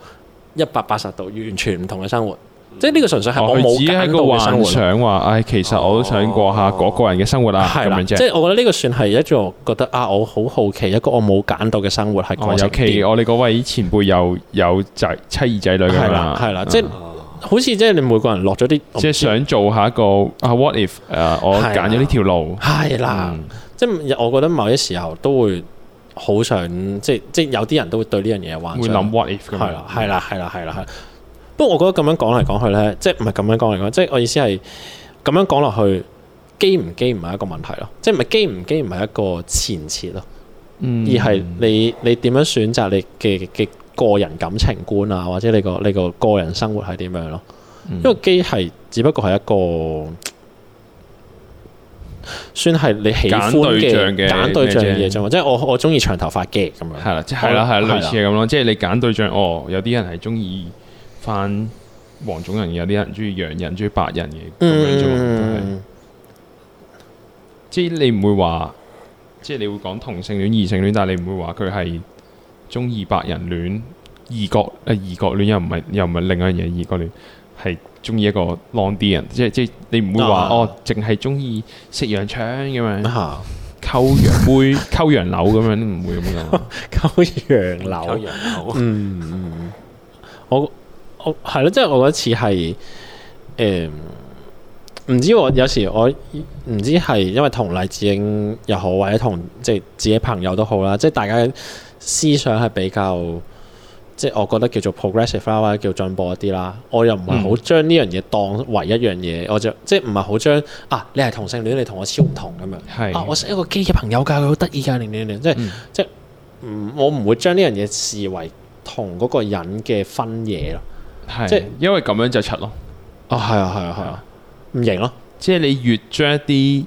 [SPEAKER 2] 一百八十度完全唔同嘅生活，即係呢個純粹係我
[SPEAKER 1] 我
[SPEAKER 2] 冇
[SPEAKER 1] 只
[SPEAKER 2] 揀
[SPEAKER 1] 喺
[SPEAKER 2] 到
[SPEAKER 1] 個
[SPEAKER 2] 嘅生
[SPEAKER 1] 幻
[SPEAKER 2] 活。
[SPEAKER 1] 想話，唉，其實我都想過下嗰個人嘅生活啊，咁
[SPEAKER 2] 係啦，
[SPEAKER 1] 樣
[SPEAKER 2] 即
[SPEAKER 1] 啫。
[SPEAKER 2] 係我覺得呢個算係一種覺得啊，我好好奇一個我冇揀到嘅生活係
[SPEAKER 1] 哦，
[SPEAKER 2] 過
[SPEAKER 1] 尤
[SPEAKER 2] 成
[SPEAKER 1] 其
[SPEAKER 2] 點。
[SPEAKER 1] 我哋嗰位前輩有有仔妻兒仔女咁
[SPEAKER 2] 係
[SPEAKER 1] 樣
[SPEAKER 2] 啦
[SPEAKER 1] 啦，，嗯
[SPEAKER 2] 係啦，即係
[SPEAKER 3] 哦
[SPEAKER 2] 好似即係你每個人落咗啲，
[SPEAKER 1] 即係想做下一個啊，what if 誒，我
[SPEAKER 2] 係啦
[SPEAKER 1] 揀咗呢條路，
[SPEAKER 2] 係啦，
[SPEAKER 1] 嗯
[SPEAKER 2] 即係我覺得某啲時候都會好想，即係即係有啲人都會對呢樣嘢幻
[SPEAKER 1] 會
[SPEAKER 2] 想。
[SPEAKER 1] 諗 what if 咁樣
[SPEAKER 2] 係啦，係啦，係啦，係啦，係啦。不過我覺得咁樣講嚟講去咧，即係唔係咁樣講嚟講，即係我意思係咁樣講落去，基唔基唔係一個問題咯，即係唔係基唔基唔係一個前設咯，
[SPEAKER 1] 嗯
[SPEAKER 2] 而係你你點樣選擇你嘅嘅個人感情觀啊，或者你個你個個人生活係點樣咯？
[SPEAKER 1] 嗯
[SPEAKER 2] 因為基係只不過係一個。算係你喜歡
[SPEAKER 1] 揀對象嘅
[SPEAKER 2] 嘅揀對象嘅
[SPEAKER 1] 咩
[SPEAKER 2] 嘢
[SPEAKER 1] 啫
[SPEAKER 2] 啫嘛，即係我我中意長頭髮嘅咁樣。
[SPEAKER 1] 係啦，即係啦，係啦
[SPEAKER 2] 係啦
[SPEAKER 1] 類似係咁咯。即係你揀對象，哦，有啲人係中意翻黃種人，有啲人中意洋人，中意白人嘅咁樣啫嘛都係。
[SPEAKER 2] 嗯，
[SPEAKER 1] 即係你唔會話，即係你會講同性戀、異性戀，但係你唔會話佢係中意白人戀、異國誒異國戀，又唔係又唔係另一樣嘢異國戀，係中意一個 long 啲人，即係即係你唔會話、
[SPEAKER 2] 啊
[SPEAKER 1] 哦，淨係中意食洋腸咁樣，
[SPEAKER 2] 嚇
[SPEAKER 1] 溝洋妹、 溝洋柳咁樣，唔會咁 樣。
[SPEAKER 2] 溝洋
[SPEAKER 3] 有
[SPEAKER 2] 樓。
[SPEAKER 3] 人口
[SPEAKER 2] 嗯，我我係咯，即係我覺得似係誒，唔、知我有時我唔知係因為同黎智英又好，或者同即係自己朋友都好啦，即係大家思想係比較。即係我覺得叫做 progressive 啦，或者叫進步一啲啦。我又唔係好將呢樣嘢當為一樣嘢，我就即係唔係好將啊，你係同性戀，你同我超唔同咁樣。
[SPEAKER 1] 係
[SPEAKER 2] 啊，我識一個基嘅朋友㗎，佢好得意㗎，零零零，即係、
[SPEAKER 1] 嗯
[SPEAKER 2] 即係唔我唔會將呢樣嘢視為同嗰個人嘅分野咯。
[SPEAKER 1] 係，
[SPEAKER 2] 即
[SPEAKER 1] 即
[SPEAKER 2] 係
[SPEAKER 1] 係因為咁樣就柒咯。哦
[SPEAKER 2] 啊，係啊，係啊，係啊，唔型咯，
[SPEAKER 1] 即係你越將一啲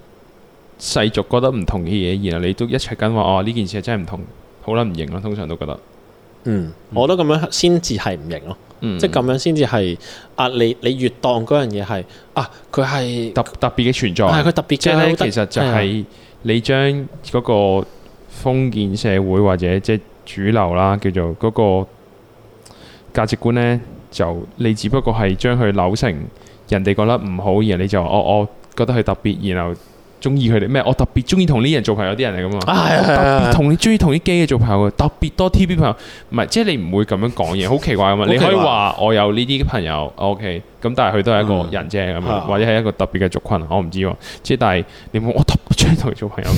[SPEAKER 1] 世俗覺得唔同嘅嘢，然後你都一齊跟話哦呢件事真係唔同，好啦唔型咯，通常都覺得，
[SPEAKER 2] 嗯，我覺得咁樣先至係唔型咯，
[SPEAKER 1] 嗯
[SPEAKER 2] 即係咁樣先至係啊！你你越當嗰樣嘢係啊，佢係
[SPEAKER 1] 特特別嘅存在。
[SPEAKER 2] 係佢特別
[SPEAKER 1] 即
[SPEAKER 2] 嘅，
[SPEAKER 1] 係
[SPEAKER 2] 好
[SPEAKER 1] 咧，
[SPEAKER 2] 得啊
[SPEAKER 1] 其實就
[SPEAKER 2] 係啊
[SPEAKER 1] 係你將嗰個封建社會或者即係主流啦，叫做嗰個價值觀呢，就你只不過係將佢扭成人哋覺得唔好，然後你就話我我覺得佢特別，然後中意佢哋咩？我特別中意同呢人做朋友啲人嚟噶嘛？
[SPEAKER 2] 啊，係啊
[SPEAKER 1] 特
[SPEAKER 2] 係啊係
[SPEAKER 1] 別
[SPEAKER 2] 啊
[SPEAKER 1] 同你中意同啲基嘅做朋友嘅，特別多 TB 朋友，唔係即係你唔會咁樣講嘢，好奇怪咁嘛！
[SPEAKER 2] 奇怪
[SPEAKER 1] 你可以話我有呢啲朋友，OK，咁但係佢都係一個人啫咁
[SPEAKER 2] 啊
[SPEAKER 1] 樣，或者係一個特別嘅族群，我唔知喎。即係但係你冇我特別中意同佢做朋友，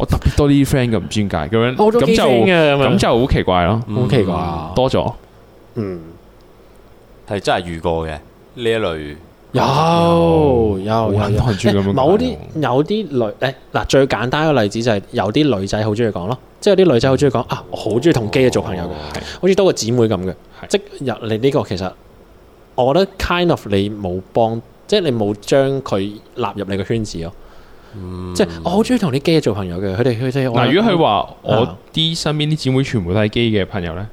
[SPEAKER 1] 我特別多呢啲 friend 嘅，唔知點解咁樣，
[SPEAKER 2] 我都
[SPEAKER 1] 咁
[SPEAKER 2] 幾型
[SPEAKER 1] 就
[SPEAKER 2] 嘅咁
[SPEAKER 1] 咁
[SPEAKER 2] 樣，
[SPEAKER 1] 就好奇怪咯，
[SPEAKER 2] 好奇怪啊，
[SPEAKER 1] 多咗
[SPEAKER 2] 嗯，
[SPEAKER 3] 係真係遇過嘅呢一類。
[SPEAKER 2] 有有有
[SPEAKER 1] 好
[SPEAKER 2] 有
[SPEAKER 1] 多人中意咁樣講
[SPEAKER 2] 某啲有啲女誒嗱最簡單嘅例子就係有啲女仔好中意講咯，即係有啲女仔好中意講啊，我好中意同基嘅做朋友嘅，
[SPEAKER 3] 嘅，
[SPEAKER 2] 好似多個姊妹咁嘅，
[SPEAKER 1] 哦係
[SPEAKER 2] 即係你呢個其實我覺得 kind of 你冇幫，即係你冇將佢納入你個圈子咯，
[SPEAKER 3] 嗯
[SPEAKER 2] 即係我好中意同啲基嘅做朋友嘅，佢哋佢哋我
[SPEAKER 1] 嗱。如果佢話
[SPEAKER 2] 啊
[SPEAKER 1] 我啲身邊啲姊妹全部都係基嘅朋友呢，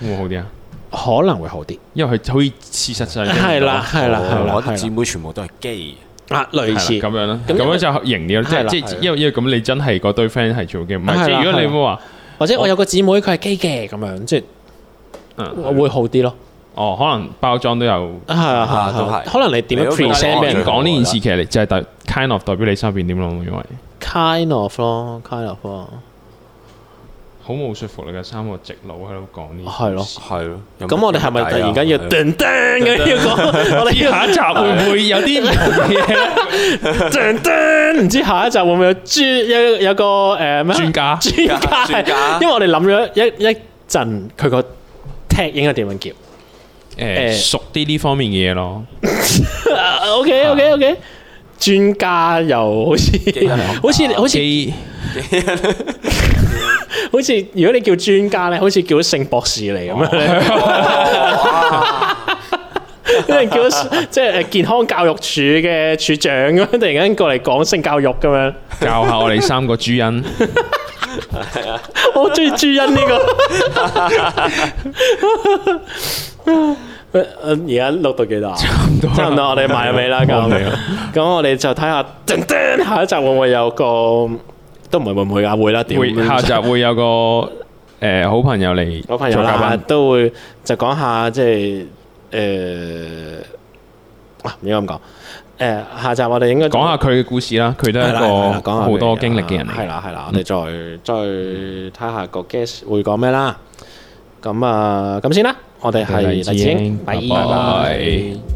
[SPEAKER 1] 會唔會好啲啊？
[SPEAKER 2] 可能會好啲，
[SPEAKER 1] 因為佢可以事實上證明到
[SPEAKER 2] 係啦係啦係
[SPEAKER 3] 哦
[SPEAKER 2] 啦
[SPEAKER 3] 我啲姊
[SPEAKER 2] 係
[SPEAKER 3] 妹全部都係基，
[SPEAKER 2] 啦，啊類似
[SPEAKER 1] 係啦咁樣啦，
[SPEAKER 2] 咁
[SPEAKER 1] 咁
[SPEAKER 2] 因為
[SPEAKER 1] 樣就型啲咯，
[SPEAKER 2] 係啦
[SPEAKER 1] 即係
[SPEAKER 2] 係
[SPEAKER 1] 即
[SPEAKER 2] 啦
[SPEAKER 1] 係因為因為咁你真係嗰堆 friend 係做嘅，唔
[SPEAKER 2] 係
[SPEAKER 1] 係即
[SPEAKER 2] 啦
[SPEAKER 1] 係如果你
[SPEAKER 2] 係啦
[SPEAKER 1] 冇話
[SPEAKER 2] 或者我有個姊妹佢係基嘅咁樣，即係
[SPEAKER 1] 嗯
[SPEAKER 2] 會好啲咯，
[SPEAKER 1] 哦，可能包裝都有
[SPEAKER 2] 啊係啊係啊
[SPEAKER 3] 啊都
[SPEAKER 2] 係啊
[SPEAKER 3] 係
[SPEAKER 2] 可能你點樣
[SPEAKER 3] 你都俾
[SPEAKER 2] present 俾
[SPEAKER 3] 人
[SPEAKER 2] 人
[SPEAKER 3] 講
[SPEAKER 1] 講呢件事，其實你就係代 kind of 代表你身邊點諗，因為
[SPEAKER 2] kind of 咯，kind of 咯，
[SPEAKER 1] 好冇說服力嘅三個直佬喺度講呢啲
[SPEAKER 2] 係咯
[SPEAKER 1] 事
[SPEAKER 3] 係咯。有
[SPEAKER 2] 咁
[SPEAKER 3] 乜
[SPEAKER 2] 我哋係咪突然間要
[SPEAKER 3] 點解啊
[SPEAKER 2] 噔噔嘅要講？我哋要
[SPEAKER 1] 下一集會唔會有啲唔同嘅嘢 呢
[SPEAKER 2] 噔噔，唔知下一集會唔會有專有有個誒咩啊
[SPEAKER 1] 專家？
[SPEAKER 2] 專家？
[SPEAKER 3] 專家
[SPEAKER 2] 因為我哋諗咗一一陣，佢個 tag 應該點樣叫
[SPEAKER 1] 誒
[SPEAKER 2] 誒
[SPEAKER 1] 熟啲呢方面嘅嘢咯，
[SPEAKER 2] ？OK OK OK，專家又好似
[SPEAKER 3] 基因學
[SPEAKER 2] 好似好似
[SPEAKER 1] 基
[SPEAKER 2] 好似，如果你叫專家咧，好似叫咗聖博士嚟咁樣咧， 因為叫咗即係誒健康教育署嘅署長咁樣，突然間過嚟講性教育咁樣，
[SPEAKER 1] 教下我哋三個主因，
[SPEAKER 2] 我好中意朱茵呢個。誒 而家錄到幾多啊？差唔多，我哋買咗未啦？咁咁，我哋就睇下，噔噔下一集會唔會有個都唔係會唔會啊？會啦，屌
[SPEAKER 1] 會下集會有個誒好朋友嚟
[SPEAKER 2] 我
[SPEAKER 1] 做
[SPEAKER 2] 朋友
[SPEAKER 1] 嘉
[SPEAKER 2] 啦
[SPEAKER 1] 賓，，
[SPEAKER 2] 都會就講下即係誒，啊唔應該咁講。誒，下集我哋應該
[SPEAKER 1] 講下佢嘅故事啦。佢都係
[SPEAKER 2] 係
[SPEAKER 1] 一
[SPEAKER 2] 啦係啦
[SPEAKER 1] 個
[SPEAKER 2] 講下
[SPEAKER 1] 好多經歷嘅人
[SPEAKER 2] 係
[SPEAKER 1] 嚟，
[SPEAKER 2] 啦係啦，我哋再再睇下個 guest 會講咩 ờ, 啦。咁啊，咁先啦，我哋係
[SPEAKER 1] 黎
[SPEAKER 2] 黎
[SPEAKER 1] 智
[SPEAKER 2] 智
[SPEAKER 1] 英
[SPEAKER 2] 英，
[SPEAKER 1] 拜拜。